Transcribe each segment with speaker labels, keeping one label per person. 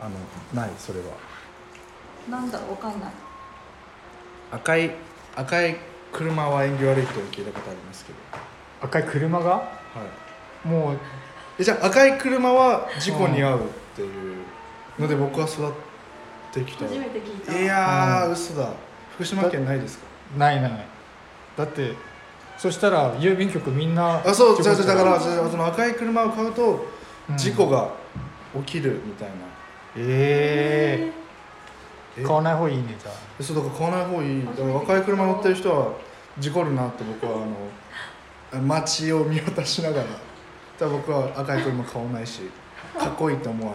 Speaker 1: あのないそれは
Speaker 2: なんだろうわかんない
Speaker 1: 赤い赤い車は縁起悪いと聞いたことありますけど
Speaker 3: 赤い車が
Speaker 1: はい
Speaker 3: もう
Speaker 1: えじゃあ赤い車は事故に遭うっていうので僕は育ってきた
Speaker 2: 初めて聞いた
Speaker 1: いやー、
Speaker 3: うん
Speaker 1: 嘘だ福島県ないですか
Speaker 3: ないないだってそしたら郵便局みんな
Speaker 1: あそうじゃあ
Speaker 3: 事
Speaker 1: じゃ
Speaker 3: 故
Speaker 1: あだからじゃあその赤い車を買うと
Speaker 3: うん
Speaker 1: 事故が起きるみたいな、
Speaker 3: ええ
Speaker 1: え
Speaker 3: 買わない方がいいねじゃ
Speaker 1: そうだから買わない方がいいだから赤い車乗ってる人は事故るなって僕はあの街を見渡しながらただ僕は赤い車買わないしかっこいいと思わ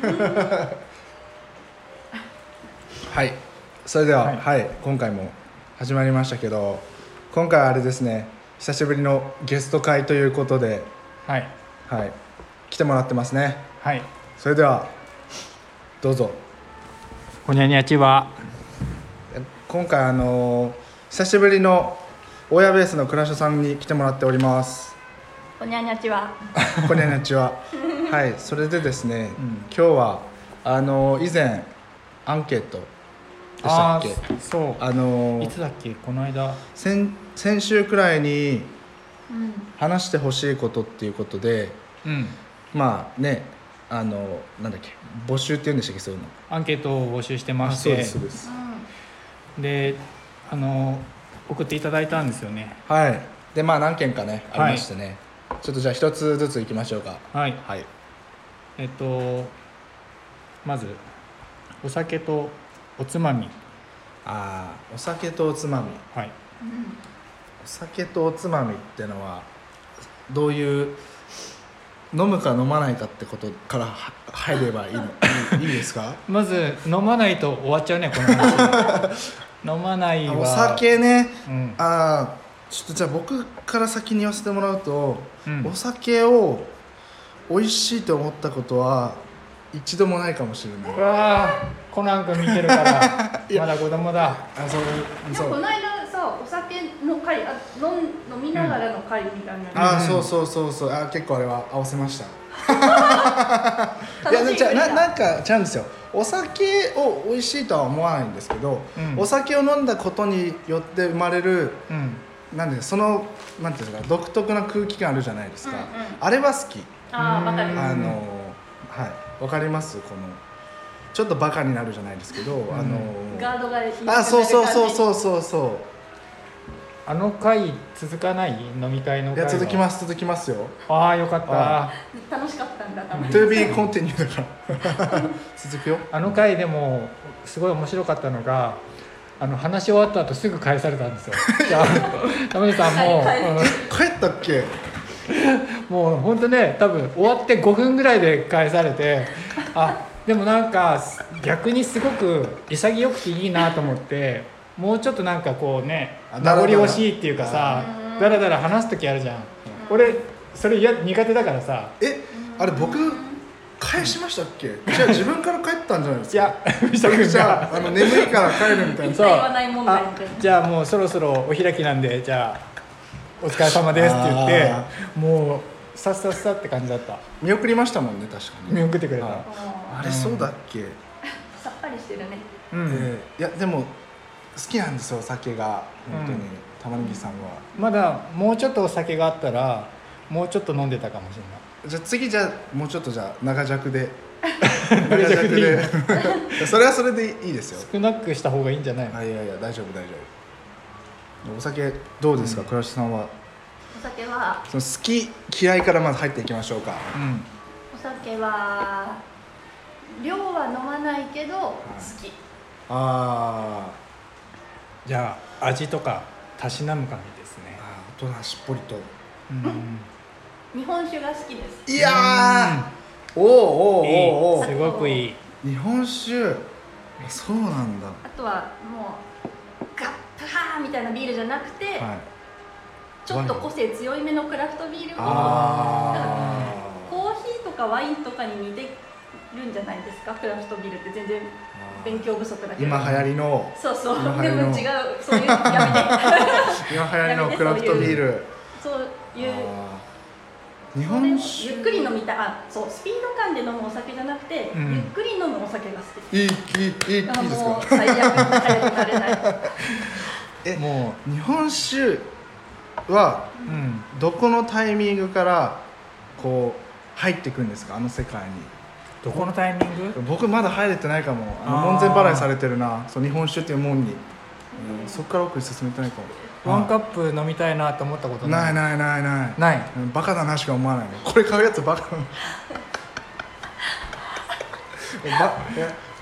Speaker 1: ないはいそれではは
Speaker 3: はいい、
Speaker 1: 今回も始まりましたけど今回はあれですね久しぶりのゲスト会ということで
Speaker 3: あはい
Speaker 1: はい来てもらってますね
Speaker 3: はい
Speaker 1: それではどうぞ
Speaker 3: ほにゃにゃちは
Speaker 1: 今回あのー久しぶりの親ベースの倉所さんに来てもらっております。
Speaker 2: おにゃにゃちは
Speaker 1: こんにちは。 はい、それでですね、
Speaker 3: うん
Speaker 1: 今日はあのー以前アンケートでした
Speaker 3: あ
Speaker 1: っけ？
Speaker 3: あそ
Speaker 1: あの
Speaker 3: う
Speaker 1: ー
Speaker 3: いつだっけこの間
Speaker 1: 先先週くらいに
Speaker 2: うん
Speaker 1: 話してほしいことっていうことで、
Speaker 3: うん
Speaker 1: まあね、あのーなんだっけ募集って言うんでしたっけそういうの？
Speaker 3: アンケートを募集してまして
Speaker 1: です。
Speaker 3: であの送っていただいたんですよね
Speaker 1: はい。でまあ何件かねあ
Speaker 3: はい
Speaker 1: りましてね、ちょっとじゃあ一つずついきましょうか。
Speaker 3: はい
Speaker 1: はい。
Speaker 3: えっとまずお酒とおつまみ
Speaker 1: ああお酒とおつまみ
Speaker 3: はい
Speaker 2: うん
Speaker 1: お酒とおつまみってのはどういう飲むか飲まないかってことからは入れ ばいいのいいいいですか
Speaker 3: まず飲まないと終わっちゃうねこの話飲まな い
Speaker 1: あ
Speaker 3: は
Speaker 1: お酒ね
Speaker 3: うん
Speaker 1: ああちょっとじゃあ僕から先に言わせてもらうと、
Speaker 3: うん
Speaker 1: お酒を美味しいと思ったことは一度もないかもしれな
Speaker 3: う
Speaker 1: い
Speaker 3: わあコナン君見てるから
Speaker 1: いや
Speaker 3: まだ子供だ
Speaker 1: あそう
Speaker 2: でも
Speaker 1: そ
Speaker 2: こ
Speaker 1: う
Speaker 2: の間さお酒の会あ飲ん飲みながらの会みたいなの
Speaker 1: ああ
Speaker 3: うん
Speaker 1: そうそうそうそうあー結構あれは合わせましたい
Speaker 2: 楽
Speaker 1: や
Speaker 2: し
Speaker 1: じゃあ
Speaker 2: みだ
Speaker 1: ななんか違うんですよお酒を美味しいとは思わないんですけど、
Speaker 3: うん
Speaker 1: お酒を飲んだことによって生まれる
Speaker 3: うん
Speaker 1: なんでそのなんていうんですか独特な空気感あるじゃないですか、
Speaker 2: うんうん
Speaker 1: あれは好き、
Speaker 2: ああわかる
Speaker 3: うん
Speaker 1: あのはいわかりますこのちょっとバカになるじゃないですけど、あ
Speaker 2: ガ
Speaker 1: の
Speaker 2: ードが引いてくれる
Speaker 1: あそうそうそうそううそうそ
Speaker 3: あの回続かない飲み会の
Speaker 1: ういや
Speaker 3: 会は
Speaker 1: 続きます続きますよ
Speaker 3: ああよかった
Speaker 1: あ
Speaker 2: 楽しかったんだ多分
Speaker 1: To be continue だから 続くよ
Speaker 3: あの回でもすごい面白かったのがあの話し終わった後すぐ返された んですよじゃあタメさんも
Speaker 2: 帰る
Speaker 1: 帰ったっけ
Speaker 3: うんもう本当ね多分終わって5分ぐらいで返されてあでもなんか逆にすごく潔くていいなと思ってもうちょっとなんかこうね
Speaker 1: あ
Speaker 3: 名
Speaker 1: だらだ
Speaker 3: 残
Speaker 1: ら
Speaker 3: 惜しいっていうかさ
Speaker 2: うん
Speaker 3: だらだら話す時あるじゃん俺それ嫌苦手だからさ
Speaker 1: えあれ僕返しましたっけじゃあ自分から帰ったんじゃないですか
Speaker 3: いや藤田君
Speaker 1: じ
Speaker 3: が
Speaker 1: ゃああの眠いから帰るみたいな
Speaker 2: 絶対言わない問題みたいな
Speaker 3: あじゃあもうそろそろお開きなんでじゃあお疲れ様ですって言って
Speaker 1: あ
Speaker 3: もうさっさっさって感じだった
Speaker 1: 見送りましたもんね確か
Speaker 3: 見
Speaker 1: に
Speaker 3: 送ってくれた
Speaker 1: あ
Speaker 2: あ
Speaker 1: あれそうだっけ、
Speaker 2: ーさっぱりしてるね
Speaker 3: うん、
Speaker 1: えーいやでも好きなんですよお酒が本当に、
Speaker 3: うん
Speaker 1: 玉ねぎさんは
Speaker 3: まだもうちょっとお酒があったらもうちょっと飲んでたかもしれない
Speaker 1: じゃあ次じゃあもうちょっとじゃあ長尺 で
Speaker 3: 長尺でいい
Speaker 1: それはそれでいいですよ
Speaker 3: 少なくした方がいいんじゃないの、
Speaker 1: あいやいや大丈夫大丈夫お酒どうですか、倉石さんは
Speaker 2: お酒は
Speaker 1: その好き嫌いからまず入っていきましょうか
Speaker 3: うん
Speaker 2: お酒は量は飲まないけど好き
Speaker 1: あー
Speaker 3: じゃあ味とかたしなむ感じですね
Speaker 1: あー大人しっぽりと
Speaker 3: うん
Speaker 2: 日本酒が好きです
Speaker 1: いやーおうおう
Speaker 3: いい
Speaker 1: おうお
Speaker 3: すごくいい
Speaker 1: 日本酒あそうなんだ
Speaker 2: あとはもうガッパーみたいなビールじゃなくて、
Speaker 1: はい
Speaker 2: ちょっと個性強いめのクラフトビールを
Speaker 1: あー
Speaker 2: コーヒーとかワインとかに似てるんじゃないですかクラフトビールって全然勉強不足だけど
Speaker 1: 今流行りの
Speaker 2: そうそう
Speaker 1: 今流
Speaker 2: で
Speaker 1: 行りの
Speaker 2: も違うそういう やめて
Speaker 1: 今流行りのクラフトビール
Speaker 2: そういう
Speaker 1: あー日
Speaker 2: それを
Speaker 1: 本酒
Speaker 2: ゆっくり飲みたいあそうスピード感で飲むお酒じゃなくて、
Speaker 3: うん
Speaker 2: ゆっくり飲酒が好き
Speaker 1: いいいいいいいいです
Speaker 2: あも
Speaker 1: か
Speaker 2: う最悪早くなれない
Speaker 1: え
Speaker 3: も
Speaker 1: 日本酒は
Speaker 3: う、うん、
Speaker 1: どこのタイミングからこう入ってくんですかあの世界に
Speaker 3: どこのタイミング
Speaker 1: 僕まだ入れてないかもあの
Speaker 3: あ
Speaker 1: 門
Speaker 3: ー
Speaker 1: 前払いされてるなそう日本酒っていうもんに、うん、そっから奥に進めてないかも
Speaker 3: ワンカップ飲みたいなと思ったこと
Speaker 1: な
Speaker 3: ないい
Speaker 1: ないないない
Speaker 3: ない
Speaker 1: うんバカだなしか思わないのこれ買うやつバカ だなば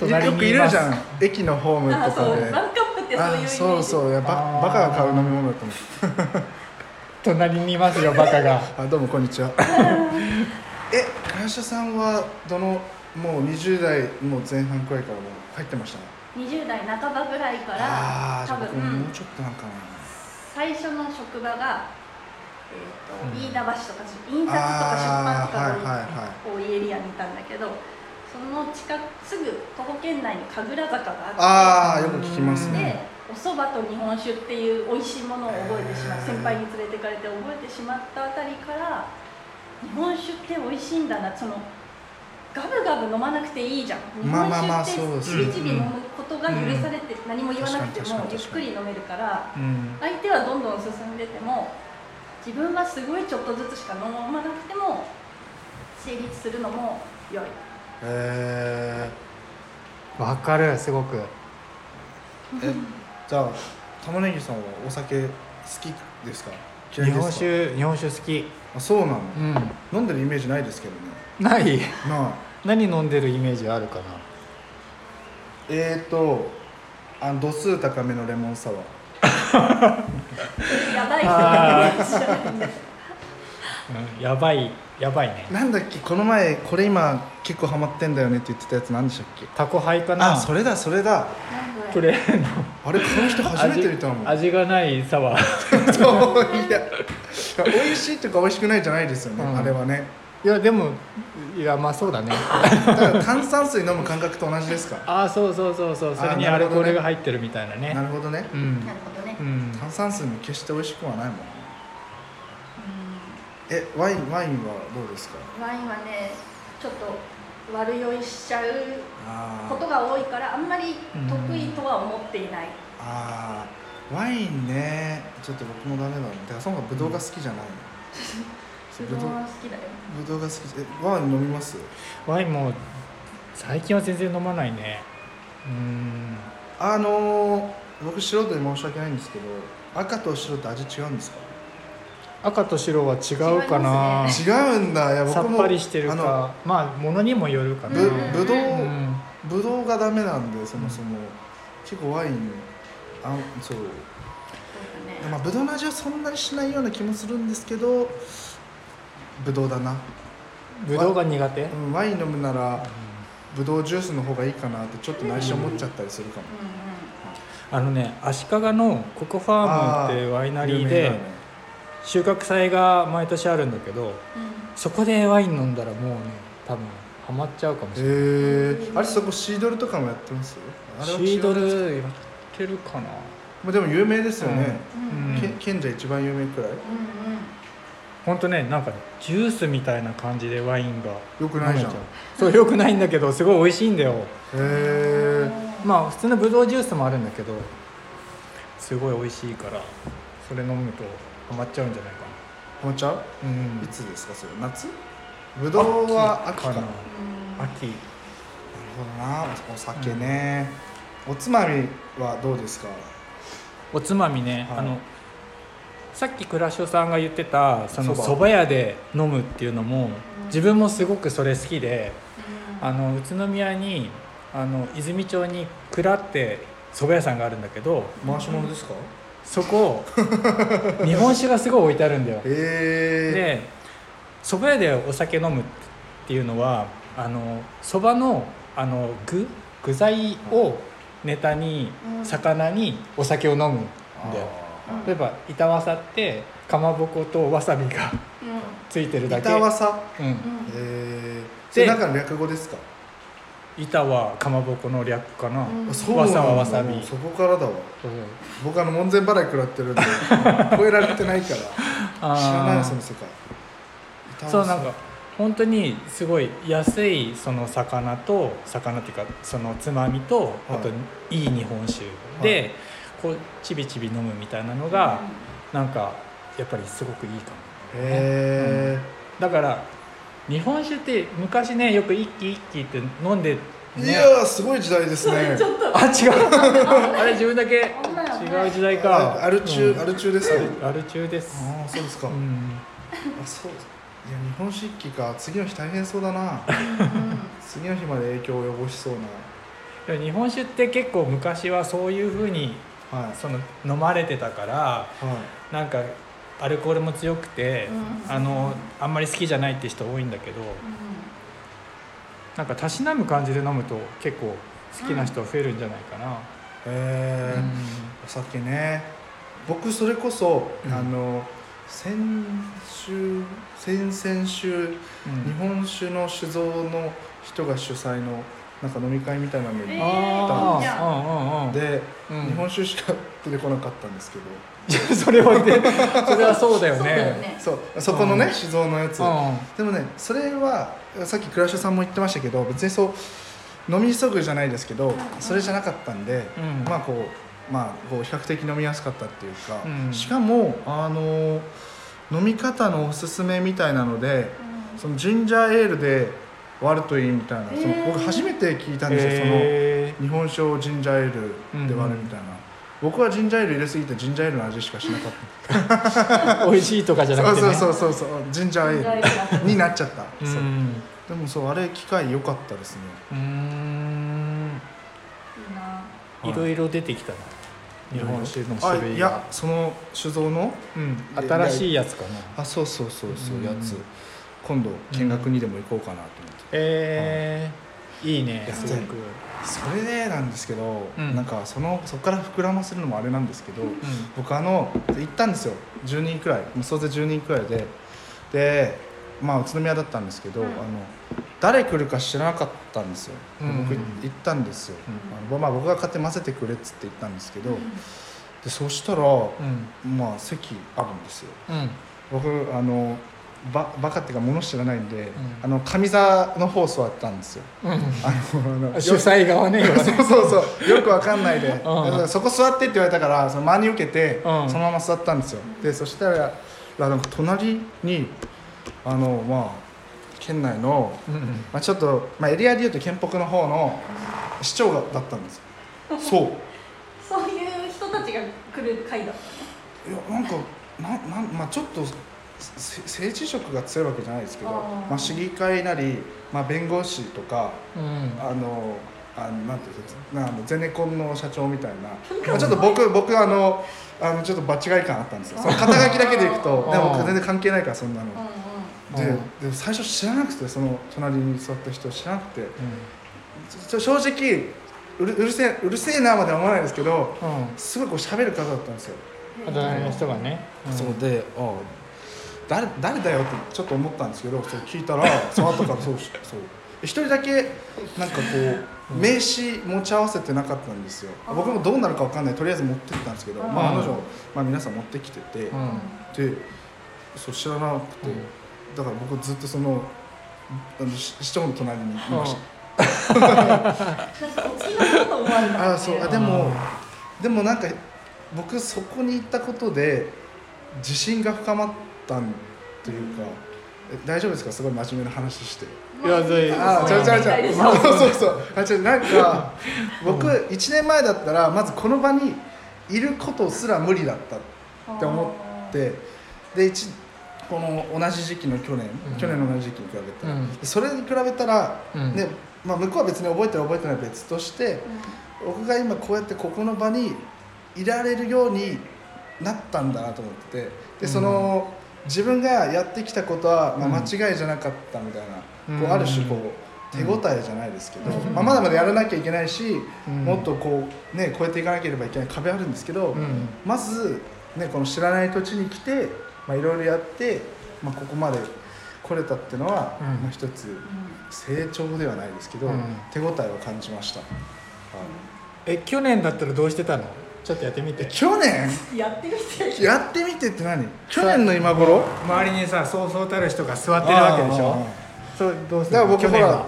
Speaker 3: 隣
Speaker 1: よく
Speaker 3: に
Speaker 1: い
Speaker 3: い
Speaker 1: る
Speaker 3: ます
Speaker 1: じゃん駅のホームと
Speaker 2: あそう
Speaker 1: か
Speaker 2: ワン
Speaker 1: で
Speaker 2: カップってそういうイメージ
Speaker 1: そうそういや
Speaker 3: あ
Speaker 1: バ
Speaker 3: ー
Speaker 1: バカが買う飲み物だと思
Speaker 3: 隣にいますよバカが
Speaker 1: うあどうもこんにち はえ林田さんはどのもう20代もう前半くらいからもう入ってましたね
Speaker 2: 20代半ばぐらいから
Speaker 1: ああーじ
Speaker 2: 多
Speaker 1: ゃあ僕も
Speaker 2: 分
Speaker 1: もうちょっとなんかな
Speaker 2: 最初の職場が、えーと
Speaker 3: うん
Speaker 2: 飯田橋とか印刷と
Speaker 1: あー
Speaker 2: か出版と
Speaker 1: はいはい
Speaker 2: か
Speaker 1: は
Speaker 2: の多いエリアにいたんだけどその近くすぐ徒歩圏内に神楽坂があっ
Speaker 1: ああよく聞きます
Speaker 2: て
Speaker 3: ー
Speaker 2: で
Speaker 1: ね
Speaker 2: お蕎麦と日本酒っていう美味しいものを覚えてしまう
Speaker 1: へー
Speaker 2: 先輩に連れてかれて覚えてしまったあたりから日本酒って美味しいんだなそのガブガブ飲まなくていいじゃん日
Speaker 1: まあ
Speaker 2: 本
Speaker 1: まあまあ
Speaker 2: 酒
Speaker 1: そうで
Speaker 2: って
Speaker 1: す
Speaker 2: ち
Speaker 1: ね
Speaker 2: びちび飲むことが許されて何も言わなくて
Speaker 1: 確か
Speaker 2: も
Speaker 1: に確かに確かに
Speaker 2: ゆっくり飲めるから。
Speaker 3: うん
Speaker 2: 相手はどんどん進んでても自分はすごいちょっとずつしか飲まなくても成立するのも良い
Speaker 1: え
Speaker 3: わかるすごく
Speaker 1: ー、えじゃあ玉ねぎさんはお酒好きですか嫌
Speaker 3: 日
Speaker 1: いですか
Speaker 3: 本酒日本酒好き
Speaker 1: あそうなの
Speaker 3: う
Speaker 1: 飲んでるイメージないですけどね
Speaker 3: んない
Speaker 1: まあ
Speaker 3: 何飲んでるイメージあるかな
Speaker 1: えーとあ度数高めのレモンサワー
Speaker 2: やばい人になっ
Speaker 3: あ
Speaker 2: ちゃ
Speaker 3: うんやばいやばいね
Speaker 1: なんだっけこの前これ今結構ハマってんだよねって言ってたやつ何でしたっけ
Speaker 3: タコハイかな
Speaker 1: あそれだそれだ
Speaker 2: う
Speaker 3: プレーンの
Speaker 1: あれこの人初めて見たもん
Speaker 3: 味味がないサワー
Speaker 1: そういやいや美味しいとか美味しくないじゃないですよね、
Speaker 3: うん
Speaker 1: あれはね
Speaker 3: いやでもいやまあそうだね
Speaker 1: だから炭酸水飲む感覚と同じですか
Speaker 3: ああそうそうそうそうそれに
Speaker 1: あーな
Speaker 3: ア
Speaker 1: る
Speaker 3: ル
Speaker 1: ほ
Speaker 3: コ
Speaker 1: どね
Speaker 3: ールが入ってるみたいな ね
Speaker 1: なるほどね
Speaker 3: うん
Speaker 2: なるほどね
Speaker 3: うん
Speaker 1: 炭酸水も決して美味しくはないもん
Speaker 2: うん
Speaker 1: えワインワインはどうですか
Speaker 2: ワインはねちょっと悪酔いしちゃう
Speaker 1: あ
Speaker 2: ことが多いからあんまり得意とは思っていない
Speaker 1: あーワインねちょっと僕もダメだねだからそもそもブドウが好きじゃないの、
Speaker 2: 自分は好きだよ
Speaker 1: ぶどうが好きでえワイン飲みます
Speaker 3: ワインも最近は全然飲まないねうん
Speaker 1: あのー、僕素人で申し訳ないんですけど赤と白って味違うんですか
Speaker 3: 赤と白は違うか
Speaker 2: 違い
Speaker 3: な、
Speaker 2: ます
Speaker 1: 違うんだいや
Speaker 3: さ
Speaker 1: 僕
Speaker 3: っ
Speaker 1: も
Speaker 3: ぱりしてる
Speaker 1: あの
Speaker 3: かまあものにもよるかな
Speaker 1: ぶぶどう
Speaker 3: うん
Speaker 1: ぶどうがダメなんでそもそも、結構ワインあそう
Speaker 2: そうだね
Speaker 1: まあぶどうの味はそんなにしないような気もするんですけどぶどうだな、
Speaker 3: ぶどうが苦手
Speaker 1: うん、ワイン飲むならぶどうジュースの方がいいかなってちょっと内緒思っちゃったりするかも、
Speaker 3: あのね足利のココファームっていうワイナリー
Speaker 1: 有名
Speaker 3: で
Speaker 1: だよね
Speaker 3: 収穫祭が毎年あるんだけど
Speaker 2: うんうんうん
Speaker 3: そこでワイン飲んだらもうね多分ハマっちゃうかもしれない
Speaker 1: へえあれそこシードルとかもやってますあれは違う
Speaker 3: シードルやってるかな
Speaker 1: まあでも有名ですよね、
Speaker 2: うん
Speaker 3: うん
Speaker 1: け賢者一番有名くらい
Speaker 2: うんうん
Speaker 3: ほんとねなんかジュースみたいな感じでワインが
Speaker 1: よくないじゃんへ
Speaker 3: 飲めちうそうよくないんだけどすごい美味しいんだよ
Speaker 1: え
Speaker 3: まあ普通のブドウジュースもあるんだけどすごい美味しいからそれ飲むとハマっちゃうんじゃないか
Speaker 1: お茶
Speaker 3: なうん
Speaker 1: いつですかそれ夏ぶどうは秋かなる
Speaker 2: うん
Speaker 3: 秋
Speaker 1: ほどなお酒ね、おつまみはどうですか
Speaker 3: おつまみね、
Speaker 1: はい
Speaker 3: あのさっき倉塩さんが言ってたその
Speaker 1: そば
Speaker 3: そば屋で飲むっていうのも自分もすごくそれ好きであの宇都宮にあの泉町に蔵ってそば屋さんがあるんだけど
Speaker 1: 回し物ですか
Speaker 3: そこ日本酒がすごい置いてあるんだよ
Speaker 1: へえ
Speaker 3: で蕎麦屋でお酒飲むっていうのはあの蕎麦のあの具具材をネタに
Speaker 2: うん
Speaker 3: 魚にお酒を飲むんだよ
Speaker 2: ー
Speaker 3: 例えば板わさってかまぼことわさびが
Speaker 2: うん
Speaker 3: ついてるだけ
Speaker 1: 板わさ
Speaker 3: うん、
Speaker 1: へえそれ
Speaker 3: で
Speaker 1: なんかの略語ですか
Speaker 3: 板はかまぼこの略かな、
Speaker 2: うん
Speaker 1: あそうなんだ
Speaker 3: わさはわさび
Speaker 1: もうそこからだわ
Speaker 3: そうそう
Speaker 1: 僕あの門前払い食らってるんで 超えられてないから知らない
Speaker 3: あー
Speaker 1: その世界板わさ
Speaker 3: そうなんか本当にすごい安いその魚と魚っていうかそのつまみとあ
Speaker 1: はい
Speaker 3: といい日本酒
Speaker 1: は
Speaker 3: でこうちびちび飲むみたいなのがなんかやっぱりすごくいいかも
Speaker 1: へ
Speaker 3: だから日本酒って昔ねよく一気一気って飲んで、ね、
Speaker 1: え、いやーすごい時代です
Speaker 2: それ
Speaker 1: ね
Speaker 2: ちょっと
Speaker 3: あ違うあれ自分だけ違う時代か
Speaker 1: あアル中、
Speaker 3: うん
Speaker 1: アル中ですか、
Speaker 3: アル中です
Speaker 1: ああそうですか、
Speaker 3: うん
Speaker 1: あそういや日本漆器か次の日大変そうだ な次の日まで影響を及ぼしそう
Speaker 3: でも日本酒って結構昔はそういうふうに
Speaker 1: なはい
Speaker 3: その飲まれてたから
Speaker 1: はい
Speaker 3: なんかアルコールも強くて、
Speaker 2: うん
Speaker 3: あのあんまり好きじゃないって人多いんだけど
Speaker 2: う
Speaker 3: なんかたしなむ感じで飲むと結構好きな人増えるんじゃないかな、
Speaker 1: えーお酒ね僕それこそ、
Speaker 3: うん
Speaker 1: あの先週先々週
Speaker 3: うん
Speaker 1: 日本酒の酒造の人が主催のなんか飲み会みたいなのに、
Speaker 2: え
Speaker 3: あ
Speaker 2: いいじゃ
Speaker 3: あー、
Speaker 1: で、
Speaker 3: うんうんうん、
Speaker 1: 日本酒しか出てこなかったんですけど
Speaker 3: 酒 それはね、それはそうだよね。
Speaker 2: そうだよね
Speaker 1: そうそこのね、
Speaker 3: うん
Speaker 1: 酒造のやつ、でもねそれはさっき倉下さんも言ってましたけど別にそう飲み急ぐじゃないですけど、
Speaker 2: ん
Speaker 1: それじゃなかったんで、
Speaker 3: うん
Speaker 1: まあこうまあこう比較的飲みやすかったっていうか、
Speaker 3: うん
Speaker 1: しかもあの飲み方のおすすめみたいなので
Speaker 2: ん
Speaker 1: そのジンジャーエールで割るといいみたいな、そ
Speaker 2: へー
Speaker 1: の僕初めて聞いたんですよ、
Speaker 3: え
Speaker 1: その日本酒をジンジャーエールで割るみたいな、僕はジンジャーエール入れすぎてジンジャーエールの味しかしなかっ
Speaker 3: ー、美味しいとかじゃ
Speaker 1: た、
Speaker 3: なくて、
Speaker 1: そ
Speaker 3: ね、
Speaker 1: うそううそうそうジンジャーエールになっちゃった、そう
Speaker 3: うん
Speaker 1: でもそうあれ機械良かったですね。
Speaker 3: うー
Speaker 2: いい
Speaker 3: ん、
Speaker 2: な。
Speaker 1: はい
Speaker 3: いろいろ出てきたな。日本酒の
Speaker 1: あ
Speaker 3: 種
Speaker 1: い
Speaker 3: 類
Speaker 1: や
Speaker 3: が、
Speaker 1: その酒造の
Speaker 3: うん、
Speaker 1: いや
Speaker 3: 新しいやつかな。
Speaker 1: あそうそうそうそううんやつ、今度見学にでも行こうかなと思って、
Speaker 3: えー、いいね
Speaker 1: い。や
Speaker 3: すごく。
Speaker 1: 全それでなんですけど、
Speaker 3: うん
Speaker 1: なんかそのそこから膨らませるのもあれなんですけど、
Speaker 3: う
Speaker 1: 僕あの行ったんですよ10人くらいもう総勢10人くらいででまあ宇都宮だったんですけど、
Speaker 2: うん
Speaker 1: あの誰来るか知らなかったんですよ、で
Speaker 3: うん
Speaker 1: 僕行ったんですよ、あのまあ、僕が買って混ぜてくれっつって言ったんですけど、でそしたら、
Speaker 3: ん、うん、
Speaker 1: まあ席あるんですよ
Speaker 3: うん、
Speaker 1: 僕あのババカっていうか物知らないんで、
Speaker 3: ん
Speaker 1: あの上座の方座ったんですよ
Speaker 3: う
Speaker 1: あのあの
Speaker 3: ん。主
Speaker 1: よ
Speaker 3: 催側ね、今
Speaker 1: そ
Speaker 3: ね
Speaker 1: うそう そうよくわかんないで、だからそこ座ってって言われたからその真に受けて、
Speaker 3: うん
Speaker 1: そのまま座ったんですよでそしたらあの隣にあのまあ県内の、
Speaker 3: うん
Speaker 1: まあ、ちょっと、まあ、エリアでいうと県北の方の市長がだったんです よそう
Speaker 2: そういう人たちが来る会だ。
Speaker 1: いやなんかななん、まあ、ちょっとせ政治色が強いわけじゃないですけど
Speaker 2: あー
Speaker 1: まあ、市議会なり、まあ、弁護士とか
Speaker 3: うん、
Speaker 1: あのあのなんていうんですかなあのゼネコンの社長みたいな、ま
Speaker 2: う
Speaker 1: あ、
Speaker 2: ん
Speaker 1: ちょっと僕僕あのあのちょっと場違い感あったんですよその肩書きだけでいくと
Speaker 3: あー
Speaker 1: でも僕全然関係ないからそんなの
Speaker 2: うんうん。
Speaker 1: で
Speaker 3: う
Speaker 1: で最初知らなくてその隣に座った人知らなくて
Speaker 3: う
Speaker 1: ちょ正直うるうるせえうるせえなまでは思わないですけど
Speaker 3: ん、うん。
Speaker 1: すごいこう喋る方だったんですよ
Speaker 3: 大人の人がね、
Speaker 1: そうで「あ誰誰だよ」ってちょっと思ったんですけどそう聞いた らその後からそうしそう一人だけなんかこう名刺持ち合わせてなかったんですよ
Speaker 2: あー
Speaker 1: 僕もどうなるかわかんないとりあえず持ってったんですけど
Speaker 2: あー
Speaker 1: まあ、あの女、まあ、皆さん持ってきてて、
Speaker 3: うん
Speaker 1: でそう知らなくて、
Speaker 3: うん
Speaker 1: だから僕ずっとそのあの市市長の隣にいました、
Speaker 2: なんかお好きな人と思われた。
Speaker 1: ああそうあでもでもなんか僕そこに行ったことで自信が深まったというか、え大丈夫ですかすごい真面目な話して
Speaker 3: いやそれ
Speaker 1: ああ
Speaker 3: ー
Speaker 1: ちゃうちゃうちゃ
Speaker 2: う
Speaker 1: う
Speaker 2: いう
Speaker 1: そう
Speaker 2: の
Speaker 1: そうそうそうあちゃうなんか僕1年前だったらまずこの場にいることすら無理だったって思ってで一この同じ時期の去年、
Speaker 3: うん
Speaker 1: 去年の同じ時期に比べたら、
Speaker 3: うん
Speaker 1: それに比べたら、
Speaker 3: うん
Speaker 1: ねまあ、向こうは別に覚えてる覚えてないは別として、僕が今こうやってここの場にいられるようになったんだなと思っててでその、自分がやってきたことは、まあ、間違いじゃなかったみたいな、
Speaker 3: うん
Speaker 1: こうある種こう手応えじゃないですけど、
Speaker 2: うん
Speaker 1: まあ、まだまだやらなきゃいけないし、
Speaker 3: うん
Speaker 1: もっとこうね超えていかなければいけない壁あるんですけど、
Speaker 3: うん
Speaker 1: まず、ね、この知らない土地に来てまあいろいろやって、まあ、ここまで来れたっていうのは、
Speaker 3: うん
Speaker 1: まあ、一つ成長ではないですけど、
Speaker 3: うん
Speaker 1: 手応えを感じました。はい
Speaker 3: え去年だったらどうしてたのちょっとやってみて
Speaker 1: え去年
Speaker 2: やってる人いる。
Speaker 1: やってみてって何去年の今頃
Speaker 3: 周りにさそうそうたる人が座ってるわけでしょ
Speaker 1: あ
Speaker 3: そうどうする
Speaker 1: だから僕
Speaker 3: 去年
Speaker 1: ほら
Speaker 3: は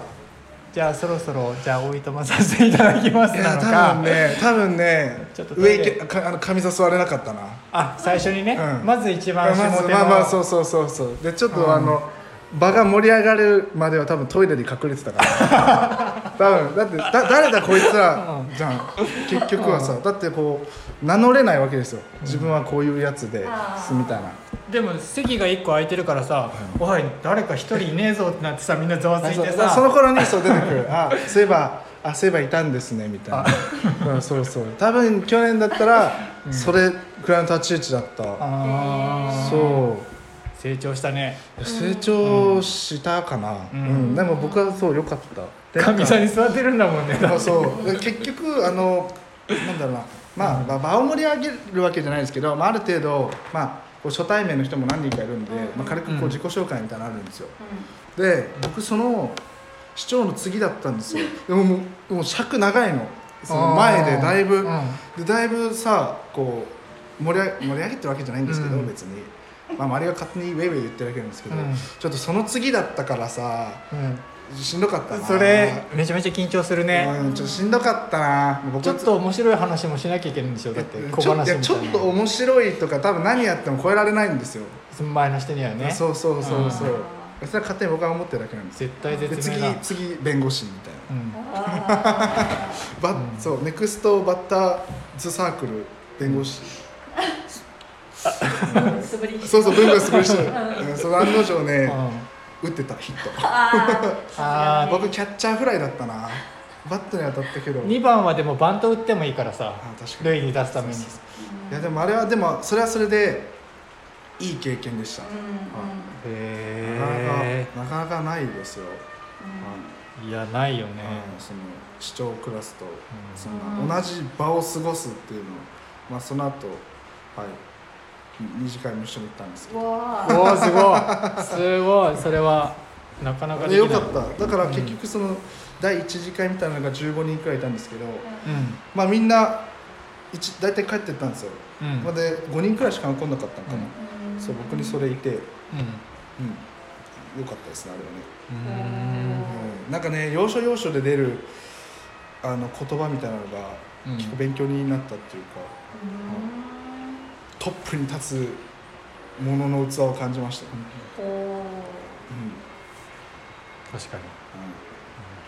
Speaker 3: じゃあそろそろじゃあおいとまさせていただきます
Speaker 1: い
Speaker 3: な
Speaker 1: や
Speaker 3: の
Speaker 1: 多分
Speaker 3: か、
Speaker 1: ね多分ね
Speaker 3: ちょっとトイ
Speaker 1: 上
Speaker 3: レ
Speaker 1: 行けかあの髪座座れなかったな
Speaker 3: あ最初にね、
Speaker 1: うん
Speaker 3: まず一
Speaker 1: ま
Speaker 3: 番
Speaker 1: あ
Speaker 3: 下
Speaker 1: まず
Speaker 3: 手
Speaker 1: まあまあそううそうそうそうでちょっと、
Speaker 3: うん
Speaker 1: あの場が盛り上がるまでは多分トイレに隠れてたから 多分だってだ誰だこいつら
Speaker 3: う
Speaker 1: じゃん結局はさだってこう名乗れないわけですよ自分はこういうやつで
Speaker 2: あ
Speaker 1: す
Speaker 2: ー
Speaker 1: みたいな
Speaker 3: でも席が一個空いてるからさ、おい誰か一人いねえぞってなってさみんなざわつ
Speaker 1: あ
Speaker 3: い
Speaker 1: そう
Speaker 3: て
Speaker 1: だ
Speaker 3: さ
Speaker 1: その頃にそう出てくるあそういえばあそういえばいたんですねみたいな、うん、そうそう多分去年だったら、それくらいの立ち位置だった
Speaker 3: あー
Speaker 1: そう
Speaker 3: 成長したね
Speaker 1: 成長したかな、う
Speaker 3: うんん
Speaker 1: でも僕はそう良かった
Speaker 3: 神
Speaker 1: さ
Speaker 3: 座
Speaker 1: ん
Speaker 3: に座ってるんだもんね
Speaker 1: そうで結局あのなんだろうな、まあまあ、場を盛り上げるわけじゃないですけど、まあ、ある程度、まあ、こう初対面の人も何人かいるんで、まあ、軽くこう自己紹介みたいなのあるんですよで僕その市長の次だったんですよでももうもう尺長いのその前でだいぶ、
Speaker 3: うん
Speaker 1: でだいぶさこう盛り上げ盛り上げてるわけじゃないんですけど、
Speaker 3: うん
Speaker 1: 別に、まあ、周りが勝手にウェイウェイ言ってるだけなんですけど、
Speaker 3: うん
Speaker 1: ちょっとその次だったからさしんどかった
Speaker 3: うん
Speaker 1: な
Speaker 3: それめちゃめちゃ緊張するね、
Speaker 1: うん、ちょっとしんどかったな僕
Speaker 3: ちょっと面白い話もしなきゃいけないんでしょだって
Speaker 1: え
Speaker 3: 小
Speaker 1: ちょ
Speaker 3: 話み
Speaker 1: い
Speaker 3: たい
Speaker 1: や
Speaker 3: な
Speaker 1: ちょっと面白いとか多分何やっても超えられないんですよ、
Speaker 3: その前の人にはね
Speaker 1: そうそうそうそう
Speaker 2: う
Speaker 1: それは勝手に僕は思ってるだけなんですよ
Speaker 3: 絶対
Speaker 1: で
Speaker 3: 絶
Speaker 1: 次
Speaker 3: 妙な
Speaker 1: 次弁護士みたいな
Speaker 3: うん
Speaker 2: あ
Speaker 1: バッそうネクストバッターズサークル弁護士、
Speaker 2: ー素振り
Speaker 1: そうそう弁護士弁護士、うん、その案の定ね、
Speaker 3: うん
Speaker 1: 打ってたヒット
Speaker 2: あ
Speaker 3: あ
Speaker 1: 僕キャッチャーフライだったなバットに当たったけど
Speaker 3: 2番はでもバント打ってもいいからさ
Speaker 1: あ確かに
Speaker 3: 塁に出すために
Speaker 1: そういやでもあれはでもそれはそれでいい経験でした、
Speaker 2: ーうんうん
Speaker 3: へ
Speaker 1: なかなかなかなかないですよ、
Speaker 3: えいやないよね
Speaker 1: うんその市長クラスとそ
Speaker 2: うん
Speaker 1: んな同じ場を過ごすっていうのを、まあ、その後はい二次会も一緒に行ったんですけ
Speaker 2: う
Speaker 1: ど
Speaker 2: んわ
Speaker 3: おおすごいすごいそれはなかなかで
Speaker 1: で
Speaker 3: きな
Speaker 1: よ
Speaker 3: い
Speaker 1: かっただから結局その第一次会みたいなのが15人くらいいたんですけど、
Speaker 3: う
Speaker 1: まあみんな一大体帰ってったんですよ、
Speaker 3: んうん
Speaker 1: まあで5人くらいしか残んなかったのかな、
Speaker 2: うん
Speaker 1: そう僕にそれいて、うん、よ
Speaker 3: う
Speaker 1: かったですねあれはね
Speaker 3: ん
Speaker 1: うんなんかね要所要所で出るあの言葉みたいなのが
Speaker 3: うん
Speaker 1: 結構勉強になったっていうか、
Speaker 2: うん
Speaker 1: トップに立つものの器を感じました、ね
Speaker 2: お
Speaker 1: うんうん
Speaker 3: 確かに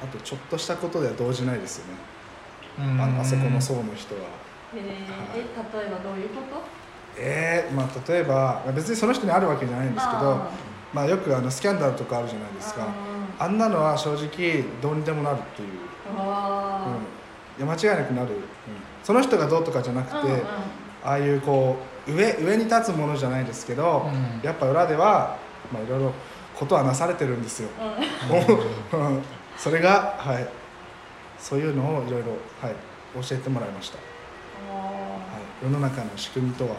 Speaker 1: あとちょっとしたことでは動じないですよね、
Speaker 3: うん
Speaker 1: あのあそこの層の人は。
Speaker 2: ーへーえ例えばどういうこと
Speaker 1: えーまあ、例えば別にその人にあるわけじゃないんですけど
Speaker 2: あ
Speaker 1: まあ、よくあのスキャンダルとかあるじゃないですかあんなのは正直どうにでもなるっていう、うん
Speaker 2: あ、
Speaker 1: いや間違いなくなる、うんその人がどうとかじゃな
Speaker 2: ー
Speaker 1: く
Speaker 2: うん
Speaker 1: て、
Speaker 2: うん
Speaker 1: ああいうこう上上に立つものじゃないですけど、
Speaker 3: うん
Speaker 1: やっぱ裏ではまあいろいろことはなされてるんですよ。
Speaker 2: うん
Speaker 1: うんそれがはいそういうのをいろいろはい教えてもらいました。はい、
Speaker 2: あ
Speaker 1: 世の中の仕組みとは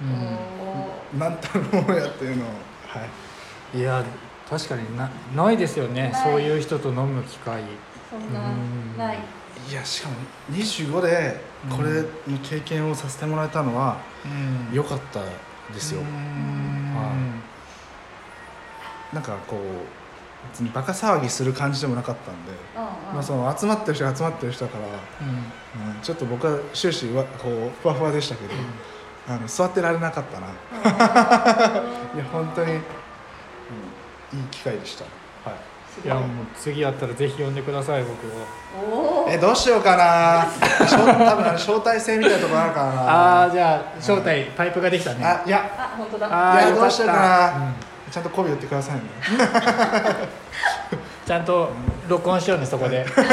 Speaker 3: う
Speaker 2: ー
Speaker 3: ん
Speaker 1: 何たるものやっていうのをはい
Speaker 3: いや確かになないですよね
Speaker 2: ない
Speaker 3: そういう人と飲む機会
Speaker 2: そんな
Speaker 3: うん
Speaker 2: ない。
Speaker 1: いやしかも25でこれの経験をさせてもらえたのは
Speaker 3: うん
Speaker 1: 良かったですよ。
Speaker 3: うん
Speaker 1: はなんかこう別にバカ騒ぎする感じでもなかったんで。まあ、その集まってる人が集まってる人だから、
Speaker 3: うん
Speaker 1: うんちょっと僕は終始わこうふわふわでしたけど、あの座ってられなかったな
Speaker 2: あ
Speaker 1: いや本当に、うん、いい機会でした、はい
Speaker 3: やもう次やったらぜひ呼んでください僕を
Speaker 2: おお
Speaker 1: い、
Speaker 2: ー。
Speaker 1: えどうしようかな しょ多分あれ招待制みたいなとこあるからな
Speaker 3: ああじゃあ招待パイプができたね
Speaker 1: あいや
Speaker 2: あ本当だ。
Speaker 3: あ
Speaker 1: い
Speaker 3: ー
Speaker 1: や
Speaker 3: よ
Speaker 1: ど
Speaker 3: か
Speaker 1: う
Speaker 3: っ
Speaker 1: したようかな、ちゃんと媚び売ってください ね
Speaker 3: ちゃんと録音しようねそ こで「藤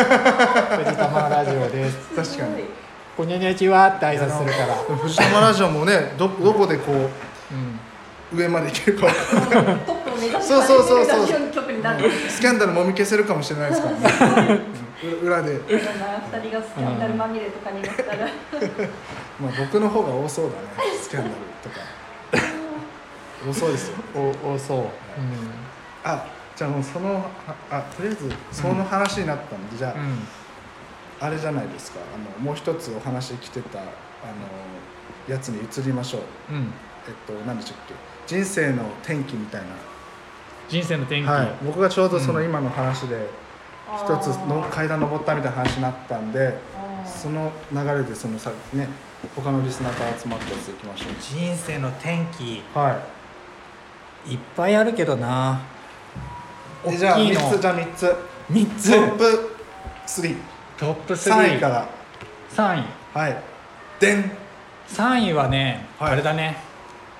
Speaker 3: 玉ラジオで
Speaker 1: 確
Speaker 3: す」
Speaker 1: かに
Speaker 3: 「こんにちは」って挨拶するから、
Speaker 1: でも藤玉ラジオもねどどこでこ
Speaker 3: うん、
Speaker 1: う上まで行けるか分かんない
Speaker 2: すごい。トップを目指す
Speaker 1: そうそうそうそう
Speaker 2: ラジオ局にな る。
Speaker 1: スキャンダルもみ消せるかもしれないですからねうん裏で、
Speaker 2: いろんな二人がスキャンダルまみれとかになったら。
Speaker 1: まあ、僕の方が多そうだねスキャンダルとか多そうですよ
Speaker 3: お多そう、うん、
Speaker 1: あじゃあもうそのああとりあえずその話になったんで、じゃあ、
Speaker 3: うん
Speaker 1: あれじゃないですかあのもう一つお話来てたあのやつに移りましょう
Speaker 3: うん
Speaker 1: えっと何でしたっけ人生の転機みたいな
Speaker 4: 人生の転機、
Speaker 1: はい、僕がちょうどその
Speaker 4: うん
Speaker 1: 今の話で一つの階段登ったみたいな話になったんでその流れでそのさね他のリスナーと集まったやついきましょ
Speaker 3: 人生の転機
Speaker 1: うはい
Speaker 3: いっぱいあるけどな大
Speaker 1: えじゃあ
Speaker 3: きいの
Speaker 1: 3つじゃあ3つ
Speaker 3: 3
Speaker 1: ト
Speaker 3: つ
Speaker 1: ップ33
Speaker 4: トップ
Speaker 1: 位か
Speaker 4: 33
Speaker 1: ら
Speaker 4: 位
Speaker 1: はいでん
Speaker 3: 3位はね、
Speaker 1: はい
Speaker 3: あれだね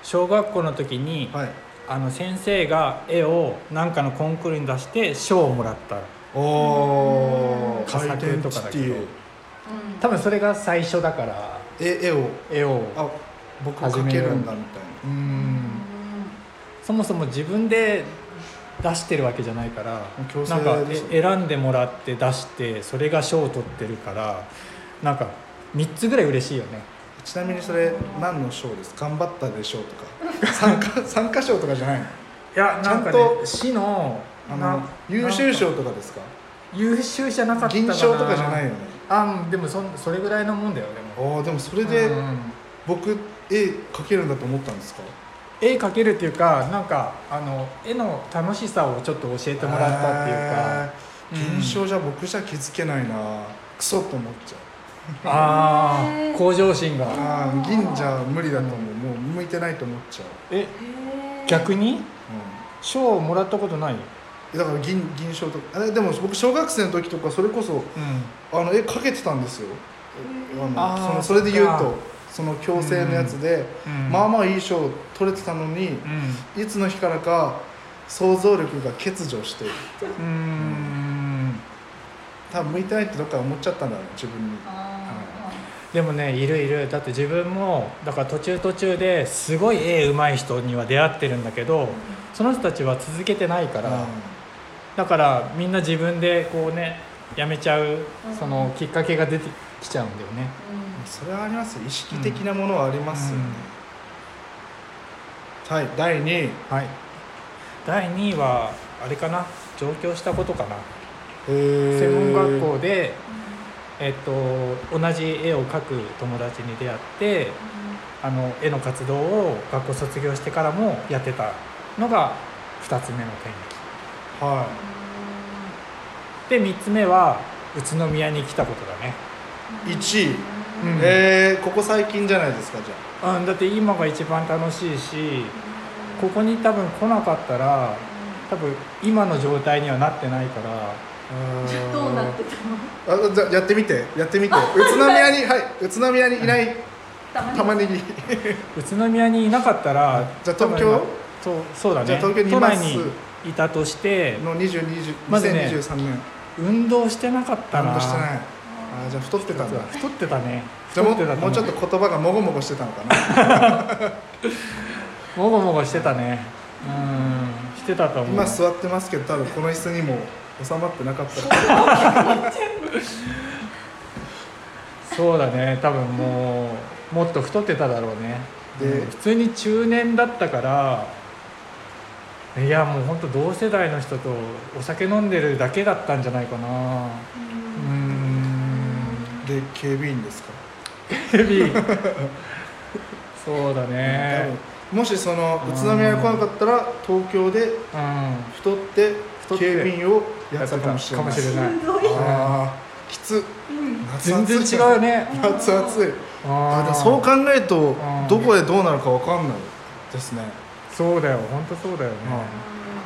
Speaker 3: 小学校の時に、
Speaker 1: はい
Speaker 3: あの先生が絵を何かのコンクールに出して賞をもらった
Speaker 1: おお
Speaker 3: 佳
Speaker 1: 回
Speaker 3: 作
Speaker 1: 転と
Speaker 3: とかだ
Speaker 1: か
Speaker 3: け
Speaker 1: てい
Speaker 3: ど
Speaker 1: う
Speaker 2: うん
Speaker 3: 多分それが最初だから
Speaker 1: え絵を
Speaker 3: 絵を
Speaker 1: あ僕は描けるんだみたいな
Speaker 3: うんそもそも自分で出してるわけじゃないから
Speaker 1: 強制
Speaker 3: なんか
Speaker 1: ですよ
Speaker 3: え選んでもらって出してそれが賞を取ってるからなんか3つぐらい嬉しいよね
Speaker 1: ちなみにそれ何の賞です頑張ったでしょうとか参加参加賞とかじゃないの
Speaker 3: いや
Speaker 1: なんかね
Speaker 3: 市の
Speaker 1: あ
Speaker 3: な
Speaker 1: の優秀
Speaker 3: なん
Speaker 1: 賞
Speaker 3: か
Speaker 1: とかですか
Speaker 3: 優秀じゃなかったかな
Speaker 1: 銀賞とかじゃないよね
Speaker 3: あうんでもそんそれぐらいのもんだよでも
Speaker 1: ああでもそれ
Speaker 3: う
Speaker 1: で
Speaker 3: ん
Speaker 1: 僕絵描けるんだと思ったんですか
Speaker 3: 絵描けるっていうかなんかあの絵の楽しさをちょっと教えてもらったっていうか
Speaker 1: へー
Speaker 3: うん
Speaker 1: 銀賞じゃ僕じゃ気づけないなクソと思っちゃう
Speaker 3: ああ向上心が
Speaker 1: ああ銀じゃ無理だと思うもう向いてないと思っちゃう、
Speaker 3: え
Speaker 2: へー
Speaker 3: 逆に
Speaker 1: う
Speaker 3: 賞をもらったことないうん
Speaker 1: ん、だから銀銀賞とかあでも僕小学生の時とかそれこそあの絵描けてたんですよあの
Speaker 3: あー
Speaker 1: そのそれで言う
Speaker 3: そっ
Speaker 1: と
Speaker 3: か
Speaker 1: その強制のやつで、
Speaker 3: うん
Speaker 1: まあまあいい賞取れてたのに、
Speaker 3: う
Speaker 1: いつの日からか想像力が欠如して
Speaker 3: んうん
Speaker 1: 多分向いてないってどっか思っちゃったんだろう自分に
Speaker 2: あ
Speaker 3: でもねいるいるだって自分もだから途中途中ですごい絵うまい人には出会ってるんだけどその人たちは続けてないか
Speaker 1: だ
Speaker 3: らだからみんな自分でこうねやめちゃう
Speaker 2: うん
Speaker 3: そのきっかけが出てきちゃうんだよね
Speaker 2: ーうん
Speaker 1: それはありますよ意識的なものはありますよね、はい第2位
Speaker 3: はい第2位はあれかな上京したことかな専門学校で、えっと、同じ絵を描く友達に出会ってあの絵の活動を学校卒業してからもやってたのが2つ目の転
Speaker 1: は
Speaker 3: 機で3つ目は宇都宮に来たことだね、
Speaker 1: い1位、
Speaker 3: うん
Speaker 1: えーここ最近じゃないですかじゃ
Speaker 3: うん、だって今が一番楽しいしここに多分来なかったら多分今の状態にはなってないから
Speaker 1: あ
Speaker 2: どうなってたの
Speaker 1: あじゃあやってみてやってみて宇都宮にはい宇都宮にいない
Speaker 2: たまに
Speaker 1: 玉ねぎ
Speaker 3: 宇都宮にいなかったら
Speaker 1: じゃあ東京
Speaker 3: そうそうだね
Speaker 1: じゃあ東京にい
Speaker 3: 都
Speaker 1: ま
Speaker 3: 内
Speaker 1: す
Speaker 3: にいたとして
Speaker 1: の2020 2023
Speaker 3: まずね
Speaker 1: 年
Speaker 3: 運動してなかったな
Speaker 1: 何としてないあーじゃあ太ってたんだ
Speaker 3: 太ってたね
Speaker 1: じゃあも
Speaker 3: 太って
Speaker 1: う
Speaker 3: た
Speaker 1: もうちょっと言葉がもごもごしてたのかな
Speaker 3: ともごもごしてたねうんしてたと思う
Speaker 1: 今座ってますけど多分この椅子にも収まってなかったら
Speaker 3: そうだね多分もうもっと太ってただろうね
Speaker 1: で
Speaker 3: うん普通に中年だったからいやもう本当同世代の人とお酒飲んでるだけだったんじゃないかなうん
Speaker 1: で警備員ですか
Speaker 3: ヘビ ーそうだ
Speaker 1: 多
Speaker 3: ね
Speaker 1: 分もしその宇都宮に来なかったら東京で
Speaker 3: うん
Speaker 1: 太って
Speaker 3: 太って
Speaker 1: 警備員をや
Speaker 3: や
Speaker 1: っ
Speaker 3: っ
Speaker 1: た
Speaker 3: てた
Speaker 1: か
Speaker 3: か
Speaker 1: も
Speaker 3: も
Speaker 1: し
Speaker 3: し
Speaker 1: れ
Speaker 3: れ
Speaker 1: ない
Speaker 3: ない
Speaker 1: あーきつ夏
Speaker 3: 全
Speaker 1: 暑い
Speaker 3: 然違うよね
Speaker 1: 夏暑いあ
Speaker 3: あ
Speaker 1: ーでもそう考えると
Speaker 3: ん
Speaker 1: どこでどうなるかわかんないですね
Speaker 3: そうだよ本当そうだよね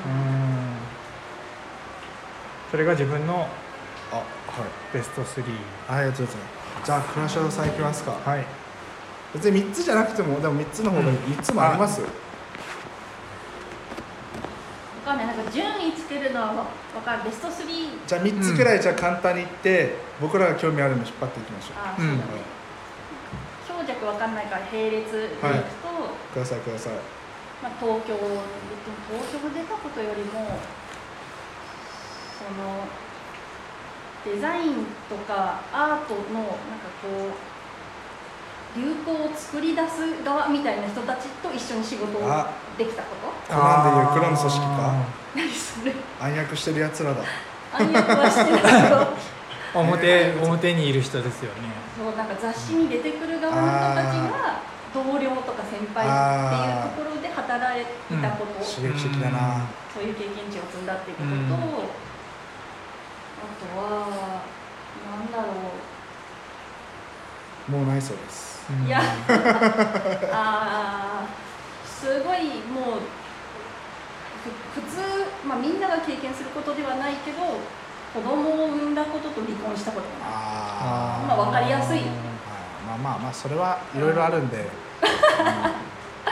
Speaker 3: うんそれが自分の
Speaker 1: あはい
Speaker 3: ベスト3
Speaker 1: はい、ありがとうございます。じゃあ、クラシャドさんいきますか。
Speaker 3: はい
Speaker 1: 別に三つじゃなくても、でも三つの方がいい、三つもありますよ。
Speaker 2: わかんないなんか順位つけるのはわかるベスト3
Speaker 1: じゃあ、三つくらい、じゃあ、簡単にいって、僕らが興味あるの引っ張っていきましょ
Speaker 2: あー
Speaker 3: うん
Speaker 2: そうだね強弱わかんないから並列でいくと、
Speaker 1: はいください、ください。
Speaker 2: まあ、東京でも東京で出たことよりもそのデザインとかアートのなんかこう流行を作り出す側みたいな人たちと一緒に仕事を
Speaker 1: あ
Speaker 2: できたこと
Speaker 1: コナンでいう黒の組織か。
Speaker 2: 何それ
Speaker 1: 暗躍してる奴らだ。
Speaker 2: 暗躍はしてないけど
Speaker 3: あー表表にいる人ですよね
Speaker 2: そうなんか雑誌に出てくる側の人たちが同僚とか先輩
Speaker 1: あー
Speaker 2: っていうところで働いたこと、
Speaker 1: 刺激的だな、
Speaker 2: そういう経験値を積んだっていうことと、
Speaker 3: うん
Speaker 2: あとはなんだろう
Speaker 1: もうないそうです
Speaker 3: うん
Speaker 2: いやあーすごいもうふ普通、まあ、みんなが経験することではないけど子供を産んだことと離婚したことがない
Speaker 1: あ
Speaker 2: まあ分かりやすい
Speaker 1: あまあまあまあそれはいろいろあるんで、うん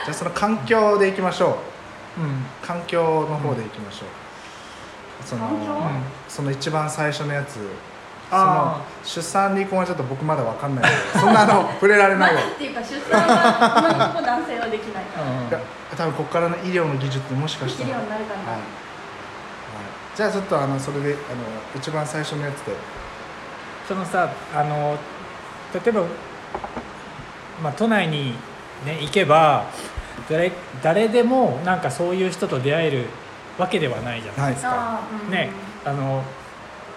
Speaker 1: じゃあその環境でいきましょ
Speaker 3: うん
Speaker 1: う環境の方でいきましょう、その
Speaker 2: 環境
Speaker 1: うん
Speaker 3: うん
Speaker 1: その一番最初のやつその
Speaker 3: あ
Speaker 1: 出産離婚はちょっと僕まだ分かんないのでそんなの触れられ
Speaker 2: ま
Speaker 1: ないわ
Speaker 2: あっていうか出産は今のところ男性はできないから
Speaker 1: いや多分ここからの医療の技術ってもしか
Speaker 2: で
Speaker 1: し
Speaker 2: き
Speaker 1: た
Speaker 2: る
Speaker 1: ら
Speaker 2: よう
Speaker 1: はい
Speaker 2: になるかな、
Speaker 1: はいじゃあちょっとあのそれであの一番最初のやつで
Speaker 3: そのさあの例えば、まあ、都内に、ね、行けば誰誰でもなんかそういう人と出会えるわけではないじゃん、
Speaker 1: ないですか
Speaker 2: あーうん
Speaker 3: ねあの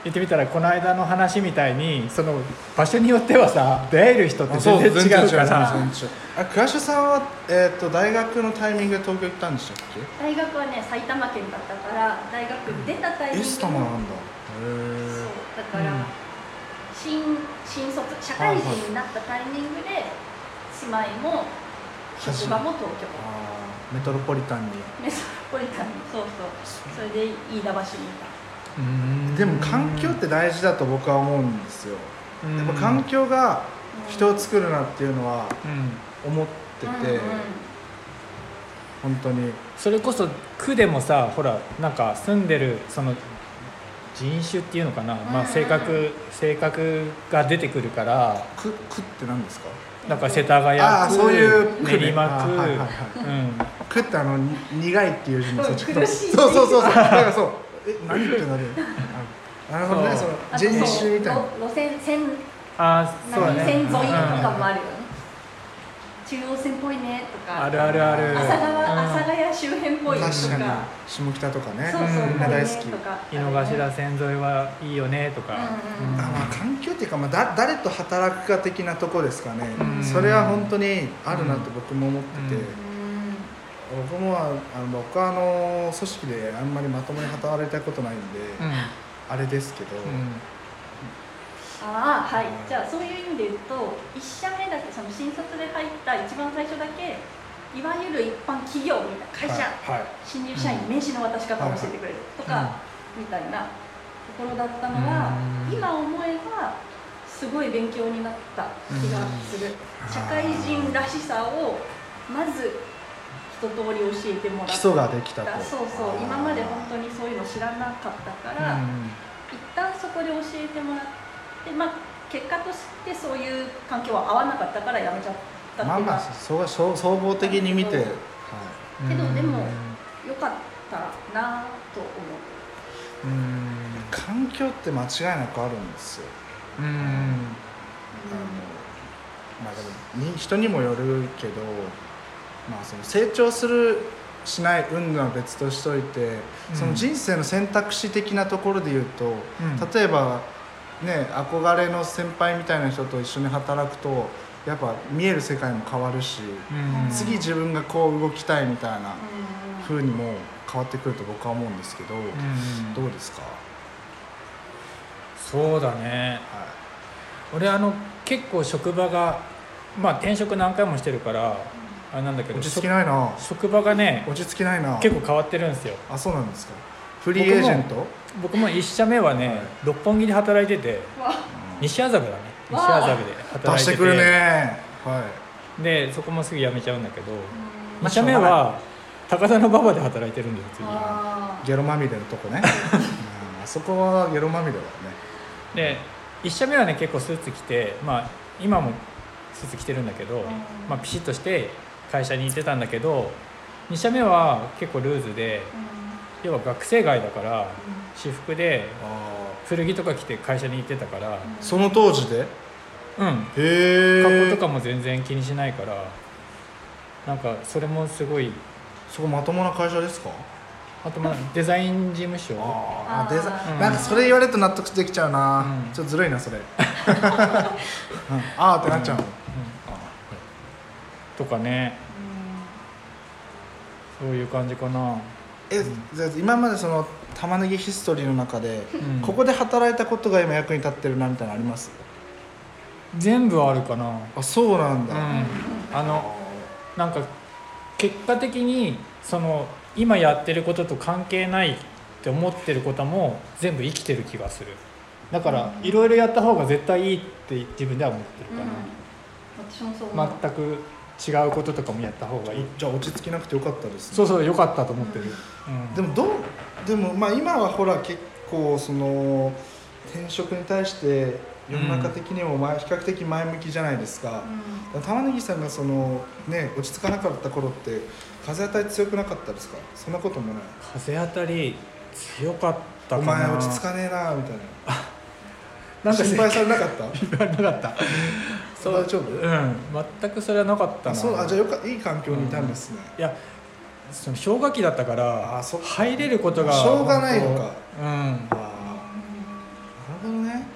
Speaker 3: 言ってみたらこの間の話みたいにその場所によってはさ出会える人って全然違うから
Speaker 1: 全然違うあ倉下さんは、えー、と大学のタイミングで東京行ったんでしたっ
Speaker 2: 大学はね埼玉県だったから大学出たタ
Speaker 1: け
Speaker 2: イミング
Speaker 1: エスタマ
Speaker 2: も
Speaker 1: なんだ
Speaker 2: そう
Speaker 1: へ
Speaker 2: だから、
Speaker 3: うん
Speaker 2: 新新卒社会人になったタイミングで住まいも職場も東京
Speaker 1: えメトロポリタンに
Speaker 2: メソポリタンそうそうそれで飯田橋にい
Speaker 3: うん
Speaker 1: でも環境って大事だと僕は思うんですよやっぱ環境が
Speaker 2: た
Speaker 1: 人を作るなっていうのは
Speaker 3: うん
Speaker 1: 思って
Speaker 2: うん
Speaker 1: て、本当に
Speaker 3: それこそ区でもさほらなんか住んでるその人種っていうのかな、ま
Speaker 2: うん
Speaker 3: あ、性格性格が出てくるから
Speaker 1: くくって何ですか
Speaker 3: だから世田谷区
Speaker 1: ああそういう区ね
Speaker 3: 練馬
Speaker 1: あ
Speaker 3: 区、
Speaker 1: ーはいはいはい
Speaker 3: うん、
Speaker 1: 食ってあのに苦いっていう字に
Speaker 2: うん
Speaker 1: そっちょっと
Speaker 2: 苦しい
Speaker 1: そうそうそうそうだからそうえ何ってなるあなるほどね
Speaker 3: そ
Speaker 1: そうの
Speaker 2: あと
Speaker 1: 人
Speaker 2: そう
Speaker 1: 種みたいな
Speaker 2: 路路線線
Speaker 3: あーそうだ
Speaker 2: 何
Speaker 3: ね
Speaker 2: 線沿いとかも
Speaker 3: うん
Speaker 2: あるよね、中央線っぽいねとか
Speaker 3: あるあるある
Speaker 2: 阿佐川阿佐
Speaker 3: うん
Speaker 2: ヶ谷周辺っぽいとか
Speaker 1: 確かに下北とかね
Speaker 2: そうそう、
Speaker 1: みんな大好き
Speaker 2: これねとか
Speaker 3: 井の頭線沿いはいいよねとか、
Speaker 2: うんうんうん
Speaker 1: あまあ環境っていうか、まあ、だ誰と働くか的なとこですかね
Speaker 3: うん
Speaker 1: それは本当にあるなと僕も思ってて
Speaker 2: う
Speaker 3: うん
Speaker 2: ん
Speaker 1: 僕もあの僕はあの組織であんまりまともに働いたことないんで
Speaker 3: うん
Speaker 1: あれですけど
Speaker 2: ああはいじゃあそういう意味で言うと1社目だけその新卒で入った一番最初だけいわゆる一般企業みたいな会社、
Speaker 1: はいはい
Speaker 2: 新入社員名刺の渡し方を教えてくれるとか、みたいなところだったのが、
Speaker 3: うん
Speaker 2: 今思えばすごい勉強になった気がする、社会人らしさをまず一通り教えてもらっ
Speaker 1: 基
Speaker 2: た
Speaker 1: 礎ができたと
Speaker 2: そうそう今まで本当にそういうの知らなかったから、一旦そこで教えてもらって、まあ、結果としてそういう環境は合わなかったからやめちゃったって
Speaker 1: まあ
Speaker 2: いうの
Speaker 1: まあ
Speaker 2: は
Speaker 1: そうそう総合的に見て、
Speaker 2: うん
Speaker 1: はい
Speaker 3: うん
Speaker 2: けどでも
Speaker 3: うん
Speaker 2: 良かったなと思う
Speaker 3: うん
Speaker 1: 環境って間違いなくあるんですよ、
Speaker 3: うん
Speaker 1: あのまあでもに人にもよるけど、まあ、その成長するしない云々は別としといて、
Speaker 3: うん
Speaker 1: その人生の選択肢的なところで言うと、
Speaker 3: うん
Speaker 1: 例えばね憧れの先輩みたいな人と一緒に働くとやっぱ見える世界も変わるし、
Speaker 3: うん
Speaker 1: 次自分がこう動きたいみたいな
Speaker 2: うん
Speaker 1: 風にも変わってくると僕は思うんですけど、
Speaker 3: うん
Speaker 1: どうですか、は
Speaker 3: そうだね
Speaker 1: い
Speaker 3: 俺あの結構職場がまあ転職何回もしてるからあれなんだけど
Speaker 1: 落ち着きないな
Speaker 3: 職職場がね
Speaker 1: 落ち着きないな
Speaker 3: 結構変わってるんですよ
Speaker 1: あそうなんですかフリーエージェント
Speaker 3: 僕も1社目はね、
Speaker 1: はい
Speaker 3: 六本木で働いてて
Speaker 2: わ
Speaker 3: 西麻布だね西
Speaker 2: わあ
Speaker 3: 麻布で
Speaker 1: 出
Speaker 3: 働い
Speaker 1: してて
Speaker 3: て
Speaker 1: くるねは
Speaker 3: でそこもすぐ辞めちゃうんだけど
Speaker 2: うん
Speaker 3: 2社目は高田の馬場で働いてるんだよ次
Speaker 2: あ
Speaker 1: いゲロまみれのと こねうんあそこはゲロまみれだよね
Speaker 3: で1社目はね結構スーツ着てまあ今もスーツ着てるんだけど、
Speaker 2: ん
Speaker 3: まあ、ピシッとして会社に行ってたんだけど2社目は結構ルーズで
Speaker 2: ーうん
Speaker 3: 要は学生街だから
Speaker 2: う
Speaker 3: 私服で
Speaker 1: あ
Speaker 3: 古着とか着て会社に行ってたから
Speaker 2: ん
Speaker 1: その当時で
Speaker 3: うん
Speaker 1: へ
Speaker 3: 格
Speaker 1: え
Speaker 3: 好とかも全然気にしないからなんかそれもすごい
Speaker 1: そこまともな会社ですか
Speaker 3: あとまあデザイン事務所
Speaker 1: あーあ
Speaker 2: あー
Speaker 1: デザイ
Speaker 3: う
Speaker 1: ン
Speaker 3: ん
Speaker 1: なんかそれ言われると納得できちゃうな、
Speaker 3: うん
Speaker 1: ちょっと ずるいなそれ、うんああってなっちゃうもん、
Speaker 3: う
Speaker 1: あ
Speaker 3: とかねそういう感じかな、
Speaker 1: えじゃあ今までその玉ねぎヒストリーの中で、
Speaker 3: うん
Speaker 1: ここで働いたことが今役に立ってるなみたいなのあります
Speaker 3: 全部あるかな
Speaker 1: あそうなんだ、
Speaker 3: うん、あのなんか結果的にその今やってることと関係ないって思ってることも全部生きてる気がするだから
Speaker 2: うん
Speaker 3: いろいろやった方が絶対いいって自分では思ってるか
Speaker 2: 私もそう思
Speaker 3: ら、
Speaker 2: う
Speaker 3: 全く違うこととかもやった方がいい
Speaker 1: じゃあ落ち着きなくてよかったですね
Speaker 3: そうそう良かったと思ってる、うん
Speaker 1: でもどうでもまあ今はほら結構その転職に対して世の中的にも前、比較的前向きじゃないですか、玉ねぎさんがそのね落ち着かなかった頃って風当たり強くなかったですかそんなこともない
Speaker 3: 風当たり強かった
Speaker 1: お
Speaker 3: かな
Speaker 1: 前落ち着かねえなみたいな
Speaker 3: なんか
Speaker 1: 心配されなかった
Speaker 3: 言われなか ったそう
Speaker 1: 大丈夫
Speaker 3: うん全くそれはなかった
Speaker 1: あ
Speaker 3: な
Speaker 1: そうあじゃあよかいい環境にいたんですね、
Speaker 3: いやその氷河期だったから
Speaker 1: あそっか
Speaker 3: 入れることが
Speaker 1: しょうがないのか
Speaker 3: 本
Speaker 1: ああなるほどね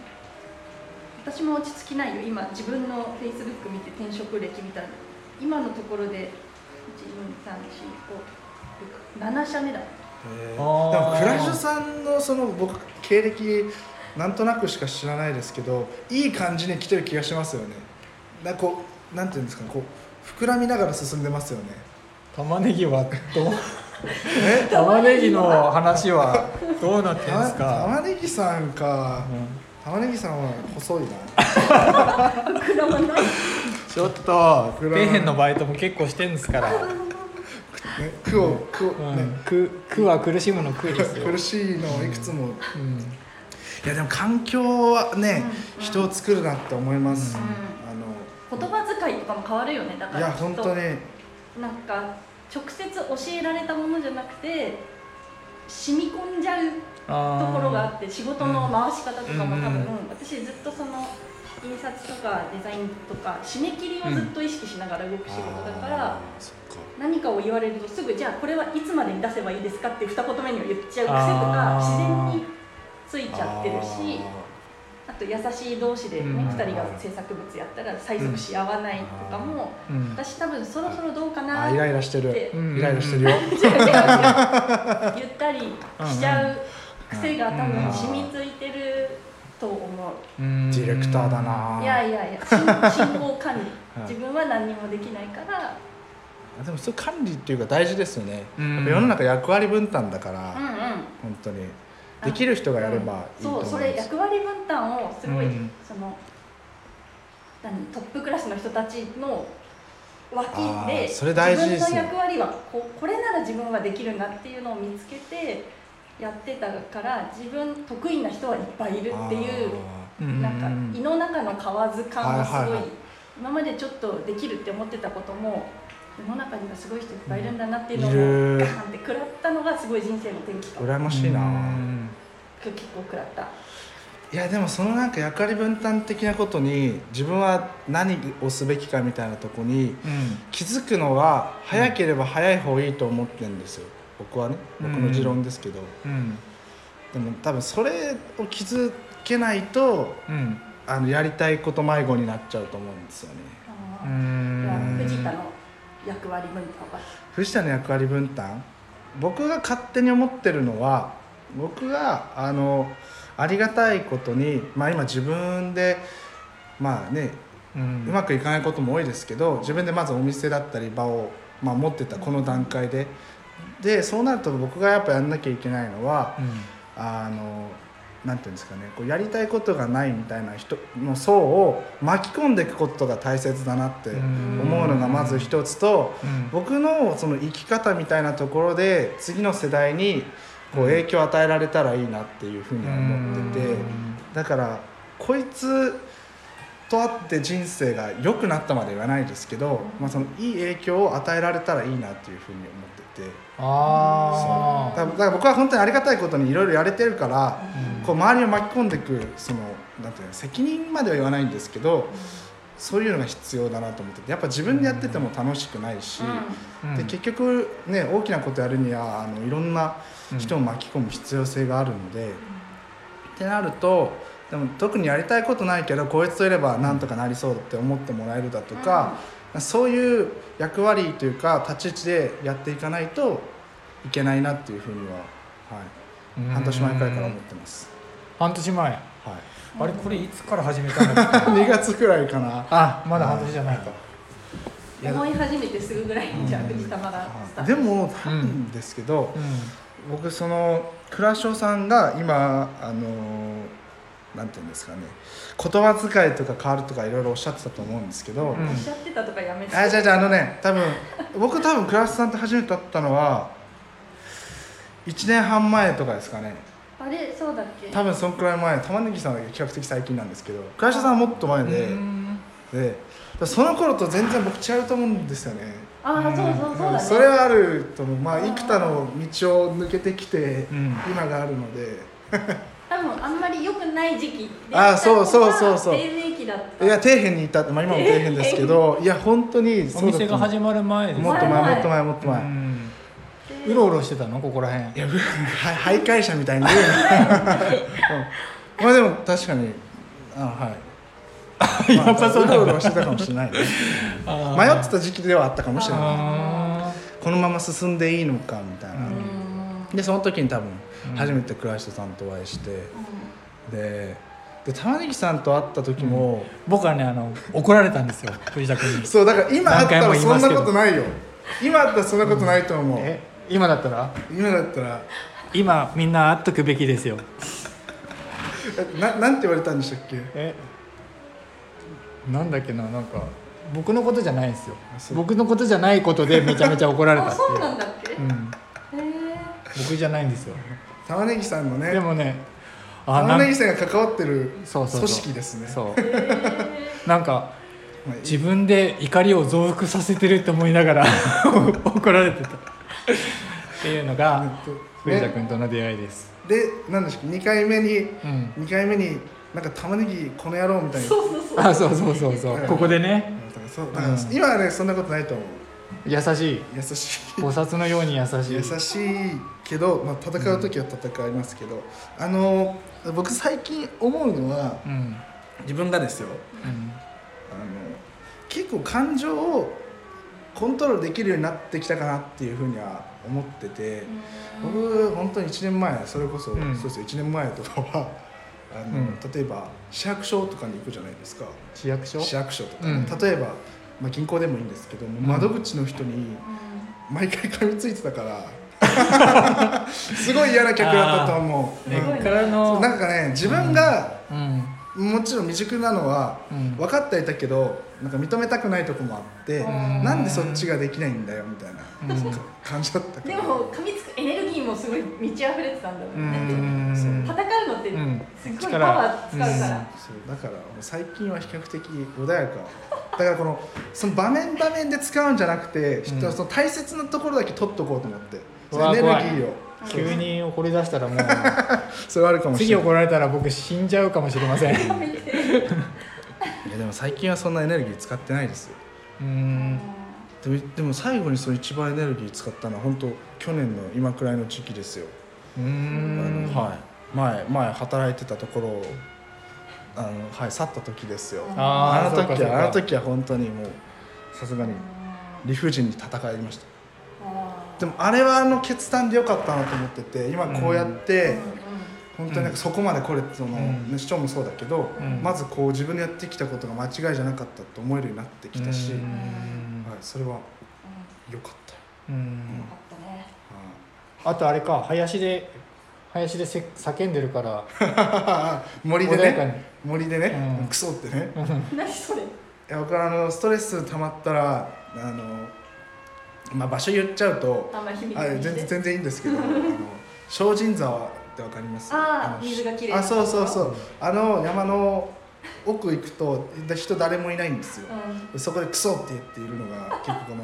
Speaker 2: 私も落ち着きないよ今自分のフェイスブック見て転職歴見たら今のところで1234567社目だ
Speaker 1: へえで
Speaker 3: あ
Speaker 1: も
Speaker 3: ー
Speaker 1: クラッシュさんのその僕経歴なんとなくしか知らないですけどいい感じに来てる気がしますよねなんかこうなんていうんですかねこう膨らみながら進んでますよね
Speaker 3: 当うん玉ねぎはどう
Speaker 1: え
Speaker 3: 玉ねぎの話はどうなってんです
Speaker 1: た
Speaker 3: か、
Speaker 1: 玉ねぎさんか
Speaker 3: うん
Speaker 1: 玉ねぎさんは細いな
Speaker 2: 膨らまない
Speaker 3: ちょっと底
Speaker 1: 膨らむ
Speaker 3: 辺のバイトも結構してるんですから、
Speaker 1: ね苦を苦を
Speaker 3: うん
Speaker 1: ね
Speaker 3: く苦は苦しむの苦ですよ、
Speaker 1: 苦しいのをいくつも
Speaker 3: うん
Speaker 1: いやでも環境はね
Speaker 2: うん
Speaker 1: 人を作るなって思います
Speaker 2: う
Speaker 1: あ
Speaker 2: ん
Speaker 1: の
Speaker 2: 言葉遣いとかも変わるよねだか
Speaker 1: い
Speaker 2: ら
Speaker 1: や
Speaker 2: きっと
Speaker 1: 本当に
Speaker 2: なんか直接教えられたものじゃなくて染み込んじゃうところがあ
Speaker 3: あ
Speaker 2: って仕事の回し方とかも多分、
Speaker 3: うん
Speaker 2: 私ずっとその印刷とかデザインとか締め切りをずっと意識しながら動く仕事だから、
Speaker 1: あーそっか
Speaker 2: 何かを言われるとすぐじゃあこれはいつまでに出せばいいですかって二言目には言っちゃう癖と
Speaker 3: あ
Speaker 2: か
Speaker 3: ー
Speaker 2: 自然についちゃってるしあと優しい同士でね、
Speaker 3: うん
Speaker 2: 2人が制作物やったら催促し合わないとかも、
Speaker 3: ーうん
Speaker 2: 私多分そろそろどうか
Speaker 1: あー
Speaker 2: なっ
Speaker 1: イ
Speaker 2: て
Speaker 1: ライラしてる
Speaker 3: うん
Speaker 1: イライラしてるよ
Speaker 2: 違う違う違うゆったりしちゃう癖が多分染みついてると思う、
Speaker 3: うん
Speaker 1: ディレクターだない
Speaker 2: やいやいや進 進行管理
Speaker 1: はい
Speaker 2: 自分は何にもできないから
Speaker 1: でもそれ管理っていうか大事ですよね、
Speaker 3: うん
Speaker 1: やっぱ世の中役割分担だか
Speaker 2: う
Speaker 1: ら、
Speaker 2: んうん
Speaker 1: 本当に
Speaker 2: あ
Speaker 1: できる人がやればいいと
Speaker 2: そ
Speaker 1: 思い
Speaker 2: う
Speaker 1: ます
Speaker 2: それ役割分担をすごい、
Speaker 3: うん
Speaker 2: その何トップクラスの人たちの脇
Speaker 1: あ
Speaker 2: で
Speaker 1: ーそれ大事ですね
Speaker 2: 自分の役割はここれなら自分はできるなっていうのを見つけてやってたから自分得意な人はいっぱいいるっていう
Speaker 1: あ
Speaker 3: うん
Speaker 2: なんか胃の中の蛙感がすごい,、
Speaker 1: はいはいはい
Speaker 2: 今までちょっとできるって思ってたことも世の中にはすごい人いっぱいいるんだなっていうのを
Speaker 1: いる
Speaker 2: ガーンって食らったのがすごい人生の転機か
Speaker 1: ー羨ましいな、
Speaker 3: うん
Speaker 2: 結構食らった
Speaker 1: いやでもそのなんか役割分担的なことに自分は何をすべきかみたいなとこに
Speaker 3: うん
Speaker 1: 気づくのは早ければ早い方がいいと思ってるんですよ僕はね僕の持論ですけど、
Speaker 3: うん
Speaker 1: でも多分それを気づけないと
Speaker 3: うん
Speaker 1: あのやりたいこと迷子になっちゃうと思うんですよね
Speaker 2: あ
Speaker 3: う
Speaker 2: ーいや
Speaker 3: ん
Speaker 2: 藤田の役割分担は
Speaker 1: 藤田の役割分担僕が勝手に思ってるのは僕があのありがたいことに、まあ、今自分でまあね
Speaker 3: う
Speaker 1: うんまくいかないことも多いですけど自分でまずお店だったり場を、まあ、持ってたこの段階ででそうなると僕がやっぱやんなきゃいけないのは
Speaker 3: うん
Speaker 1: あのなんていうんですかねこうやりたいことがないみたいな人の層を巻き込んでいくことが大切だなって思うのがまず一つと。
Speaker 3: うん
Speaker 1: 僕のその生き方みたいなところで次の世代にこう影響を与えられたらいいなっていうふうには思ってて
Speaker 3: うん
Speaker 1: だからこいつと会って人生が良くなったまで言わないですけど、まあ、そのいい影響を与えられたらいいなっていうふうに思ってて
Speaker 3: あ
Speaker 1: だ
Speaker 3: あ
Speaker 1: だから僕は本当にありがたいことにいろいろやれてるから
Speaker 3: うん
Speaker 1: こう周りを巻き込んでいくそのなんていうの責任までは言わないんですけどそういうのが必要だなと思っててやっぱ自分でやってても楽しくないし。で結局ね大きなことやるにはあのいろんな人を巻き込む必要性があるので、ってなるとでも特にやりたいことないけどこいつといればなんとかなりそうって思ってもらえるだとか、そういう役割というか立ち位置でやっていかないといけないなっていうふうには、はい、半年前くらいから思ってます。
Speaker 3: 半年
Speaker 1: は
Speaker 3: 前
Speaker 1: い
Speaker 3: あれこれいつから始めたんだっけ
Speaker 1: 2月くらいかな
Speaker 3: あまだ半年じゃないか
Speaker 1: いや
Speaker 2: 思い始めてすぐぐらいにじゃあ藤田まだスター
Speaker 1: で
Speaker 2: ト
Speaker 1: も多分ですけど、
Speaker 3: う
Speaker 1: 僕その倉翔さんが今あのなんていうんですかね言葉遣いとか変わるとかいろいろおっしゃってたと思うんですけど、
Speaker 3: うん
Speaker 2: おっしゃってたとかやめて
Speaker 1: あじゃあじゃああのね多分僕多分倉翔さんと初めて会ったのは1年半前とかですかね
Speaker 2: あれそうだっけ
Speaker 1: 多分そんくらい前玉ねぎさんは比較的最近なんですけど倉翔さんはもっと前
Speaker 3: ん
Speaker 1: で、
Speaker 3: うん
Speaker 1: でその頃と全然僕違うと思うんですよね
Speaker 2: ああそうそうそうだね
Speaker 1: それはあると思うまあ幾多の道を抜けてきて
Speaker 3: うん
Speaker 1: 今があるので、
Speaker 2: 多分あんまり良くない時期
Speaker 1: あーそうそうそうそう
Speaker 2: 低迷期だった
Speaker 1: いや底辺にいたって、まあ、今も底辺ですけどいや本当に
Speaker 3: お
Speaker 1: そうだと
Speaker 3: 店が
Speaker 1: 思う
Speaker 3: 始まる前です
Speaker 1: もっと前もっと前もっと前、
Speaker 3: うん
Speaker 2: で
Speaker 3: うろうろしてたのここら辺
Speaker 1: いやぶはい徘徊者みたいに言うなうんまあでも確かにあはい やっぱそうろうろしてたかもしれないね迷ってた時期ではあったかもしれない
Speaker 3: あ
Speaker 1: このまま進んでいいのかみたいな、
Speaker 3: う
Speaker 2: うん
Speaker 1: でその時に多分
Speaker 3: うん
Speaker 1: 初めて倉下さんとお会いして、
Speaker 2: う
Speaker 1: でで玉ねぎさんと会った時も、
Speaker 3: ー僕はねあの怒らられたん ですよ藤田君に
Speaker 1: そうだから今会った
Speaker 3: 何回も
Speaker 1: ら
Speaker 3: 言い
Speaker 1: そ
Speaker 3: ま
Speaker 1: ん
Speaker 3: す
Speaker 1: な
Speaker 3: けど
Speaker 1: ことないよ今会ったらそんなことないと思う、
Speaker 3: え今だったら
Speaker 1: 今だったら
Speaker 3: 今みんな会っとくべきですよ
Speaker 1: えななんて言われたんでしたっけ
Speaker 3: えなんだっけななんか僕のことじゃないんですよ
Speaker 1: あそう
Speaker 3: 僕のことじゃないことでめちゃめちゃ怒られ
Speaker 2: ん
Speaker 3: た
Speaker 2: あ
Speaker 3: って
Speaker 2: そう
Speaker 3: い
Speaker 2: な
Speaker 3: う、
Speaker 2: んだっけ、
Speaker 3: うん、
Speaker 2: へえ
Speaker 3: 僕じゃないんですよ
Speaker 1: 玉ねぎさんの
Speaker 3: で
Speaker 1: ね
Speaker 3: もねあな
Speaker 1: 玉ねぎ
Speaker 3: ん
Speaker 1: さんが関わってる
Speaker 3: そう
Speaker 1: 組
Speaker 3: そうそう
Speaker 1: 織ですね
Speaker 3: そう
Speaker 2: へ
Speaker 3: なんか
Speaker 1: まあい
Speaker 3: 自分で怒りを増幅させてるって思いながら 怒られてたっていうのが藤田
Speaker 1: ね
Speaker 3: 君との出会いです、
Speaker 1: で何でしたっけ2回目に
Speaker 3: うん、
Speaker 1: 2回目になんか玉ねぎこの野郎みたい
Speaker 2: ー
Speaker 1: な
Speaker 2: そうそうそう
Speaker 3: あそうそうそうそうここでね
Speaker 1: だからそうだから
Speaker 3: うん
Speaker 1: 今はねそんなことないと思う
Speaker 3: 優しい
Speaker 1: 優しい
Speaker 3: 菩薩のように優しい
Speaker 1: 優しいけど、まあ、戦う時は戦いますけど、あの僕最近思うのは
Speaker 3: うん
Speaker 1: 自分がですよ
Speaker 3: うん
Speaker 1: あの結構感情をコントロールできるようになってきたかなっていうふうには思ってて、僕本当に1年前それこそ、
Speaker 3: うん
Speaker 1: そうです1年前とかはあの、
Speaker 3: うん
Speaker 1: 例えば市役所とかに行くじゃないですか
Speaker 3: 市役所
Speaker 1: 市役所とかね、
Speaker 3: うん
Speaker 1: 例えば、まあ、銀行でもいいんですけども、
Speaker 3: ん
Speaker 1: 窓口の人に毎回噛みついてたから すごい嫌な客だったと思う、
Speaker 2: あー
Speaker 1: うん
Speaker 2: ね
Speaker 3: から
Speaker 1: そ
Speaker 3: の
Speaker 1: うなんかね自分が、
Speaker 3: うん
Speaker 1: もちろん未熟なのは
Speaker 3: うん
Speaker 1: 分かっていたけどなんか認めたくないとこもあって
Speaker 2: うん
Speaker 1: なんでそっちができないんだよみたいな感じだった
Speaker 2: うん
Speaker 1: か
Speaker 2: で
Speaker 1: ら
Speaker 2: も噛みつくエネルギーもすごい満ち溢れてたんだろう
Speaker 3: う
Speaker 2: ね
Speaker 3: ん
Speaker 2: 戦うのって
Speaker 3: うん
Speaker 2: すっごいパワー使うから、
Speaker 1: そうだからもう最近は比較的穏やかだからこのその場面場面で使うんじゃなくて、
Speaker 3: うん
Speaker 1: その大切なところだけ取っとこうと思って
Speaker 3: う
Speaker 1: そ
Speaker 3: わ
Speaker 1: のエネルギ
Speaker 3: 怖い
Speaker 1: ーを
Speaker 3: 急に怒り出したらもう
Speaker 1: それはあるかもしれ
Speaker 3: 次
Speaker 1: ない
Speaker 3: 怒られたら僕死んじゃうかもしれません
Speaker 1: いやでも最近はそんなエネルギー使ってないですよ
Speaker 3: うん
Speaker 1: でもでも最後にその一番エネルギー使ったのは本当去年の今くらいの時期ですよ、
Speaker 3: う
Speaker 1: あ
Speaker 3: ん
Speaker 1: のはい、前前働いてたところをあの、はい、去った時ですよ
Speaker 2: あ
Speaker 1: あ
Speaker 3: あ
Speaker 1: の
Speaker 3: ーそうか
Speaker 1: 時
Speaker 3: そう
Speaker 1: は
Speaker 3: か
Speaker 1: あの時は本当にもうさすがに理不尽に戦いましたでもあれはあの決断でよかったなと思ってて今こうやって、本当になんかそこまで来れてその、
Speaker 3: うん
Speaker 1: ね市長もそうだけど、
Speaker 3: うん
Speaker 1: まずこう自分でやってきたことが間違いじゃなかったと思えるようになってきたし、
Speaker 3: う
Speaker 1: はい、
Speaker 3: ん
Speaker 1: それは良かったよ
Speaker 3: うんあとあれか林で林でせ叫んでるから
Speaker 1: ああ 森で
Speaker 3: 穏やか
Speaker 1: ね
Speaker 3: に
Speaker 1: 森でね、
Speaker 3: うん
Speaker 1: クソってね
Speaker 2: 何それ
Speaker 1: いや僕はあのストレス溜まったらあの、まあ、場所言っちゃうと
Speaker 2: あんまり秘密
Speaker 1: あ全
Speaker 2: に
Speaker 1: 然
Speaker 2: して
Speaker 1: 全然いいんですけどあの精進沢ってわかります
Speaker 2: あー
Speaker 1: の
Speaker 2: 水がきれいな
Speaker 1: あそうそうそうあの山の奥行くと人誰もいないんですよ、
Speaker 2: うん
Speaker 1: そこでクソって言っているのが結構この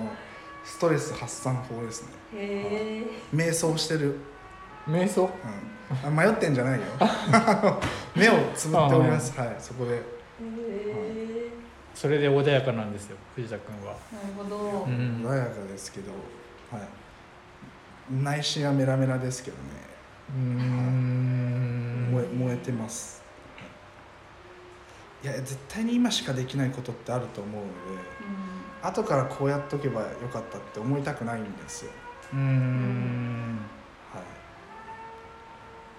Speaker 1: ストレス発散法ですね
Speaker 2: へ
Speaker 1: 瞑想してる、
Speaker 3: 瞑想
Speaker 1: うん、あ迷ってんじゃないよあの目をつぶっておりますはいそこで
Speaker 2: えへえ
Speaker 3: それで穏やかなんですよ藤田君は
Speaker 2: なるほど
Speaker 3: うん
Speaker 1: 穏やかですけど、はい、内心はメラメラですけどね、
Speaker 3: うん
Speaker 1: 燃え燃えてますいや絶対に今しかできないことってあると思うので
Speaker 2: うん
Speaker 1: 後からこうやっとけばよかったって思いたくないんですよ、
Speaker 3: うーん
Speaker 1: はい、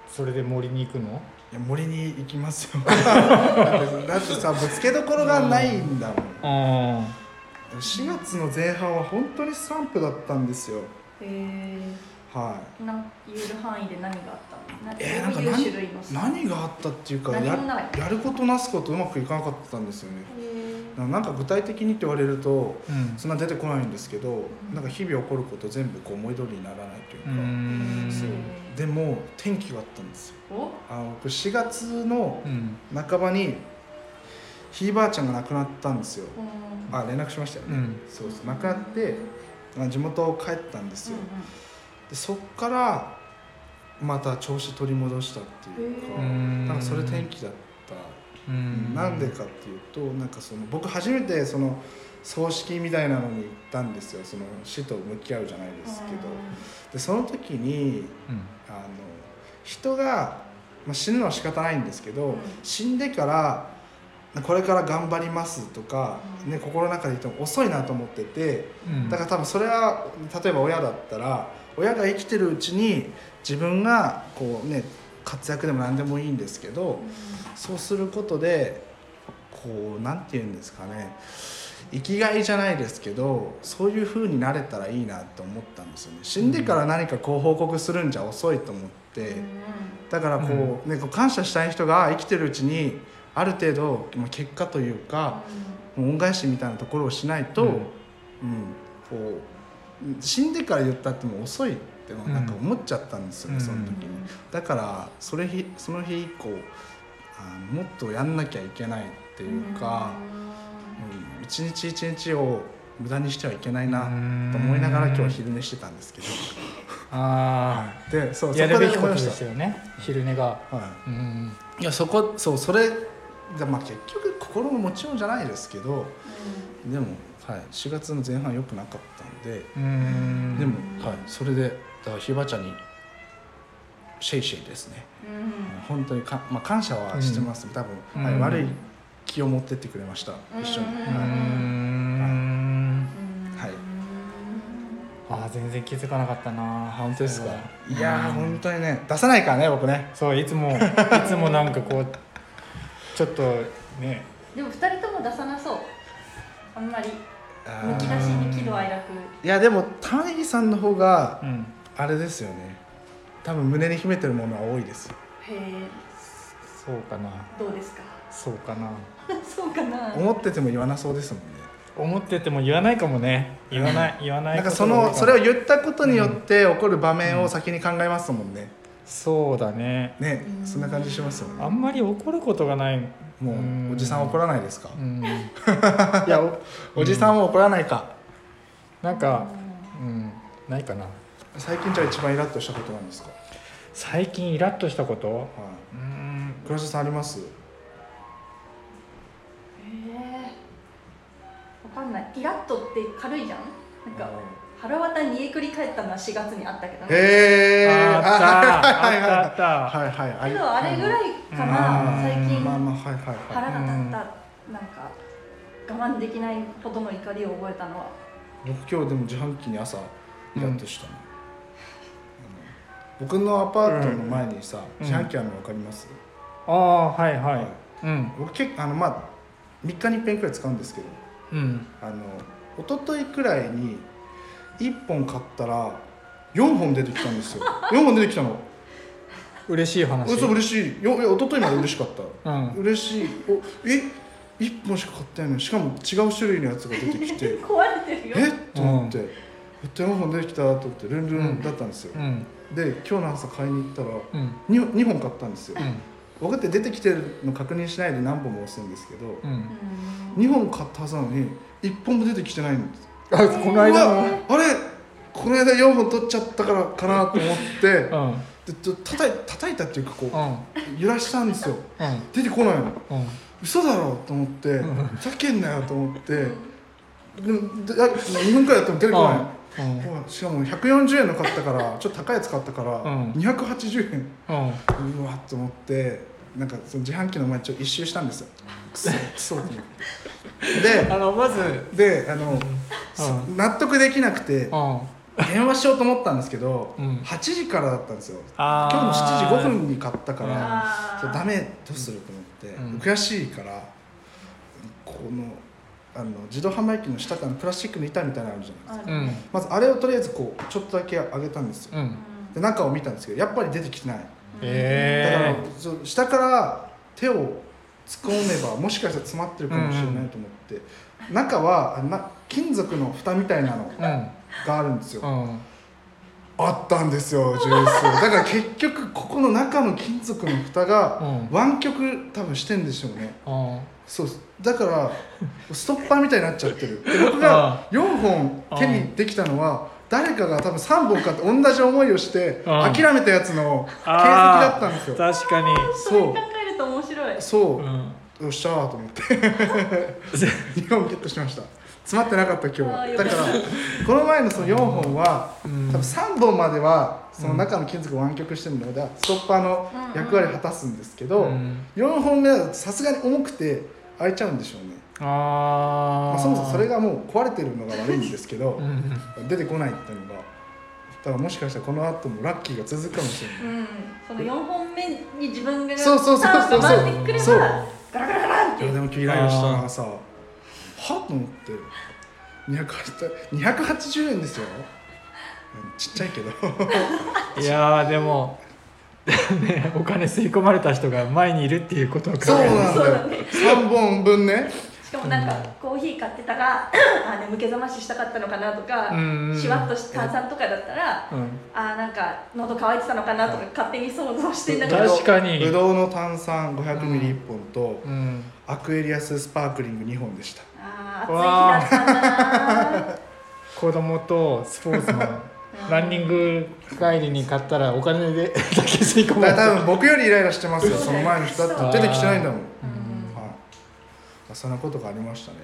Speaker 3: それで森に行くの
Speaker 1: いや森に行き ますよだってだってさぶつけどころがないんだもん
Speaker 3: あ
Speaker 1: 4月の前半は本当にスランプだったんですよ
Speaker 2: え
Speaker 1: は
Speaker 2: ー、なん言える範囲で何があったのな
Speaker 1: えーなんか
Speaker 2: どういう種類の
Speaker 1: い何があったっていうか
Speaker 2: 何
Speaker 1: や
Speaker 2: もない
Speaker 1: やることなすことうまくいかなかったんですよね
Speaker 2: えー
Speaker 1: ななんか具体的にって言われると
Speaker 3: ーうん
Speaker 1: そんな出てこないんですけどなんか日々起こること全部こう思い通りにならないという
Speaker 3: う
Speaker 1: か、
Speaker 3: ーん
Speaker 1: そう
Speaker 2: うん
Speaker 1: でも天気があったんですよ
Speaker 2: お
Speaker 1: あの僕4月の
Speaker 3: うん
Speaker 1: 半ばにひいばあちゃんが亡くなったんですよ
Speaker 2: うん
Speaker 1: あ連絡しましたよね、
Speaker 3: うん
Speaker 1: そうそう亡くなってまあ地元帰ったんですよ、でそっからまた調子取り戻したっていうか、
Speaker 2: へー
Speaker 3: うん
Speaker 1: なんかそれ転機だった、
Speaker 3: うん
Speaker 1: なんでかっていうとなんかその僕初めてその葬式みたいなのに行ったんですよその死と向き合うじゃないですけど、でその時に
Speaker 3: うん
Speaker 1: あの人が、まあ、死ぬのは仕方ないんですけど、
Speaker 2: うん
Speaker 1: 死んでからこれから頑張りますとか、
Speaker 2: うん
Speaker 1: ね、心の中で言っても遅いなと思ってて
Speaker 3: うん
Speaker 1: だから多分それは例えば親だったら親が生きてるうちに自分がこうね活躍でも何でもいいんですけどそうすることでこう何て言うんですかね生きがいじゃないですけどそういう風になれたらいいなと思ったんですよね死んでから何かこう報告するんじゃ遅いと思って。だからこう、ね、こう感謝したい人が生きてるうちにある程度まあ結果というかもう恩返しみたいなところをしないと、う
Speaker 3: うん
Speaker 1: んこううん死んでから言ったってもう遅いってのはなんか
Speaker 3: うん
Speaker 1: 思っちゃったんですよね、
Speaker 3: うん
Speaker 1: その時に。だからそれ日その日以降あのもっとやんなきゃいけないっていうか、うん一日一日を無駄にしてはいけないなと思いながら今日は昼寝してたんですけど
Speaker 3: あ
Speaker 1: でそう
Speaker 3: あ
Speaker 1: そ
Speaker 3: やる
Speaker 1: こ
Speaker 3: べ
Speaker 1: で
Speaker 3: き
Speaker 1: 思
Speaker 3: こ
Speaker 1: い
Speaker 3: と
Speaker 1: ま
Speaker 3: で
Speaker 1: し
Speaker 3: したよね昼寝が
Speaker 1: た。はい
Speaker 3: うん
Speaker 1: いやそこそうそれがまあ結局心の持ちようじゃないですけどでも、はい、4月の前半良くなかったんで、
Speaker 3: うん
Speaker 1: でも、はい、それでだからひばちゃんにシェイシェイですね、本当にか、まあ、感謝はしてます、多分、
Speaker 3: うん
Speaker 1: はい、悪い気を持ってってくれました、一緒に、
Speaker 2: うん
Speaker 3: うー
Speaker 1: はい
Speaker 3: ん
Speaker 1: はい
Speaker 3: ああ全然気づかなかったな本当ですか
Speaker 1: いやー本当にね出さないからね僕ね
Speaker 3: そういつもいつもなんかこうちょっとね
Speaker 2: でも二人とも出さなそうあんまり
Speaker 1: あ
Speaker 2: むき
Speaker 1: ー
Speaker 2: 出しに喜怒哀楽
Speaker 1: いやでも玉ねぎさんの方が
Speaker 3: うん
Speaker 1: あれですよね多分胸に秘めてるものは多いです
Speaker 2: へえ
Speaker 3: そうかな
Speaker 2: どうですか
Speaker 3: そうかな
Speaker 2: そうかな
Speaker 1: 思ってても言わなそうですもんね
Speaker 3: 思ってても言わないかもね言わない言わない
Speaker 1: なんか
Speaker 3: こと
Speaker 1: そ
Speaker 3: が多い
Speaker 1: の
Speaker 3: も
Speaker 1: それを言ったことによって起こる場面を先に考えますもんね。
Speaker 3: そうだね
Speaker 1: ね
Speaker 2: う、ん
Speaker 1: そんな感じしますよね。
Speaker 3: あんまり怒ることがない
Speaker 1: も
Speaker 3: うん
Speaker 1: うおじさん怒らないですか
Speaker 3: う。ん
Speaker 1: いや、おおじさんは怒らないか。
Speaker 3: なんかうんないかな
Speaker 1: 最近じゃあ一番イラッとしたことなんですか。は
Speaker 3: 最近イラッとしたこと
Speaker 1: い。
Speaker 3: うーん
Speaker 1: 倉下さんあります。
Speaker 2: えわかんないイラッとって軽いじゃんなんか
Speaker 1: あ
Speaker 2: 腹渡煮えくり返ったのは4月にあったけど
Speaker 1: ー
Speaker 2: ね
Speaker 1: へえ。
Speaker 3: あった
Speaker 1: はいはい
Speaker 3: あったあった
Speaker 1: はいはいはい。
Speaker 2: けどあれぐらいか
Speaker 1: あ
Speaker 2: な
Speaker 1: ー
Speaker 2: 最
Speaker 1: まあ
Speaker 2: 近
Speaker 1: まあはいはいはい。
Speaker 2: 腹が立ったなんか我慢できないほどの怒りを覚えたのは
Speaker 1: 僕今日でも自販機に朝イラッとしたの、あの僕のアパートの前にさ、
Speaker 3: うん
Speaker 1: 自販機あるの分かります、
Speaker 3: ああはいは
Speaker 1: はい
Speaker 3: いうん
Speaker 1: 僕結構あのまあ3日に1遍くらい使うんですけど
Speaker 3: うん
Speaker 1: あの一昨日くらいに1本買ったら4本出てきたん ですよ4本出てきたの
Speaker 3: 嬉しい話
Speaker 1: 嘘嬉しいよいや一昨日まで嬉しかった
Speaker 3: うん
Speaker 1: 嬉しいおえ1本しか買ったよねしかも違う種類のやつが出てき て
Speaker 2: 壊れてるよ
Speaker 1: えっと思って、4本出てきたと思ってルンルンだったんですよ、
Speaker 3: うん
Speaker 1: で今日の朝買いに行ったら
Speaker 3: うん
Speaker 1: に 2, 本買ったんですよ、
Speaker 3: うん
Speaker 1: 僕って出てきてるの確認しないで何本も押すんですけど、
Speaker 3: うん
Speaker 1: 2本買ったはずなのに1本も出てきてないんです
Speaker 3: あこの
Speaker 1: う
Speaker 3: 間
Speaker 1: わ
Speaker 3: の
Speaker 1: あれこの間4本取っちゃったからかなと思って
Speaker 3: うんうん
Speaker 1: でちょ叩い叩いたっていうかこ
Speaker 3: う
Speaker 1: うん揺らしたんですよ出てこないの
Speaker 3: うん
Speaker 1: 嘘だろと思ってふざけんなよと思ってでもで2分くらいやっても出てこないの
Speaker 3: うんうん
Speaker 1: おいしかも140円の買ったからちょっと高いやつ買ったから
Speaker 3: うん
Speaker 1: 280円
Speaker 3: うん
Speaker 1: うわっと思ってなんかその自販機の前ちょっと一周したんですよクソクソって思
Speaker 3: あのまず
Speaker 1: ってでであの、
Speaker 3: う
Speaker 1: 納得できなくて
Speaker 3: ん、うん、
Speaker 1: 電話しようと思ったんですけど、
Speaker 3: うん
Speaker 1: 8時からだったんですよ
Speaker 3: あ
Speaker 1: 今
Speaker 3: ー
Speaker 1: 日の7時5分に買ったから、
Speaker 2: あ
Speaker 1: そうダメどうすると思って、
Speaker 3: うん
Speaker 1: 悔しいからこのあの自動販売機の下からのプラスチックの板みたいなのあるじゃないですか
Speaker 2: ある
Speaker 3: うん
Speaker 1: まずあれをとりあえずこうちょっとだけ上げたんですよ、
Speaker 3: うん
Speaker 1: で中を見たんですけどやっぱり出てきてないだか
Speaker 3: え
Speaker 1: らそう下から手を突っ込めばもしかしたら詰まってるかもしれないと思って、中はあな金属の蓋みたいなの
Speaker 3: えー、
Speaker 1: があるんですよ、
Speaker 3: うんうん
Speaker 1: あったんですよジュースだから結局ここの中の金属の蓋が
Speaker 3: うん
Speaker 1: 湾曲多分してんでしょうね
Speaker 3: うん
Speaker 1: そうですだからストッパーみたいになっちゃってるで僕が4本手にできたのは誰かが多分3本買って同じ思いをして
Speaker 3: うん
Speaker 1: 諦めたやつの形跡だったんですよ
Speaker 5: 確かに
Speaker 2: それ
Speaker 1: そ
Speaker 2: 考えると面白いう
Speaker 1: そううんよっしゃーと思って 2本ゲットしました詰まってなかった今日
Speaker 2: あ
Speaker 1: は
Speaker 2: ーよか
Speaker 1: だ
Speaker 2: っ
Speaker 1: か
Speaker 2: た
Speaker 1: らこの前のその4本は
Speaker 3: う
Speaker 1: 多
Speaker 3: ん
Speaker 1: 分3本まではその中の金属を湾曲してるのでストッパーの役割を果たすんですけど
Speaker 3: うん
Speaker 1: 4本目だとさすがに重くて開いちゃうんでしょうね
Speaker 3: あ
Speaker 1: ま
Speaker 3: あ
Speaker 1: あ、そもそもそれがもう壊れてるのが悪いんですけど
Speaker 3: うん
Speaker 1: 出てこないっていうのがだからもしかしたらこの後もラッキーが続くかもしれない
Speaker 2: うんその4本目に自分が
Speaker 1: そうそうそうそう
Speaker 2: ターンが回ってくれば
Speaker 1: そう
Speaker 2: ガラガラガランっ
Speaker 1: い
Speaker 2: て
Speaker 1: やでも今日イライラしたなさはっと思って280 280円ですようんちっちゃいけど
Speaker 3: いやーでも ねお金吸い込まれた人が前にいるっていうことを考
Speaker 1: そう
Speaker 3: える
Speaker 1: なん
Speaker 2: そう
Speaker 1: だ
Speaker 2: だ
Speaker 1: よ
Speaker 2: ね
Speaker 1: 3本分ね
Speaker 2: しかもなんかコーヒー買ってたらあ眠気覚まししたかったのかなとか
Speaker 3: うんうん
Speaker 2: シュワッとした炭酸とかだったらあなんか喉乾いてたのかなとか勝手に想像していながら
Speaker 3: 確かに
Speaker 1: ぶどうの炭酸5 0 0ミリ1本と
Speaker 3: うん、うん、
Speaker 1: アクエリアススパークリング2本でした
Speaker 2: あー暑い日だったんだな
Speaker 3: 子供とスポーツ マンランニング帰りに買ったらお金でだけ吸い込まれ
Speaker 1: だから
Speaker 3: た
Speaker 1: 多分僕よりイライラしてますよその前の人だって出てきてないんだもん、はい
Speaker 2: うん
Speaker 1: まあ、そんなことがありましたね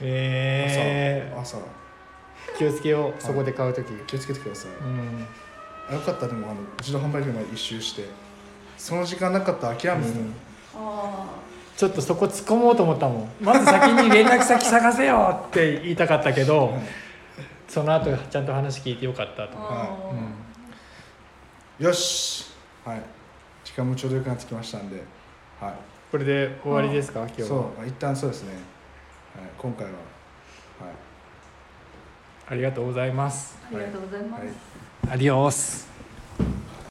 Speaker 3: え
Speaker 1: 朝朝
Speaker 3: ー、気をつけようそこで買う時
Speaker 1: 気をつけてください、
Speaker 3: うん
Speaker 1: あよかったでもあの自動販売機の前で一周してその時間なかったら諦めてたの、
Speaker 3: うん
Speaker 2: あ
Speaker 3: ちょっとそこ突っ込もうと思ったもんまず先に連絡先探せよって言いたかったけど その後ちゃんと話聞いてよかった
Speaker 2: ー
Speaker 3: と
Speaker 2: あ
Speaker 3: うん
Speaker 1: よしはい時間もちょうどよくなってきましたんでは
Speaker 3: これで終わりですか今
Speaker 1: い
Speaker 3: 日は
Speaker 1: そうあ一旦そうですね、はい、今回ははい
Speaker 3: ありがとうございます
Speaker 2: ーありがとうございます
Speaker 1: はい
Speaker 3: アディオス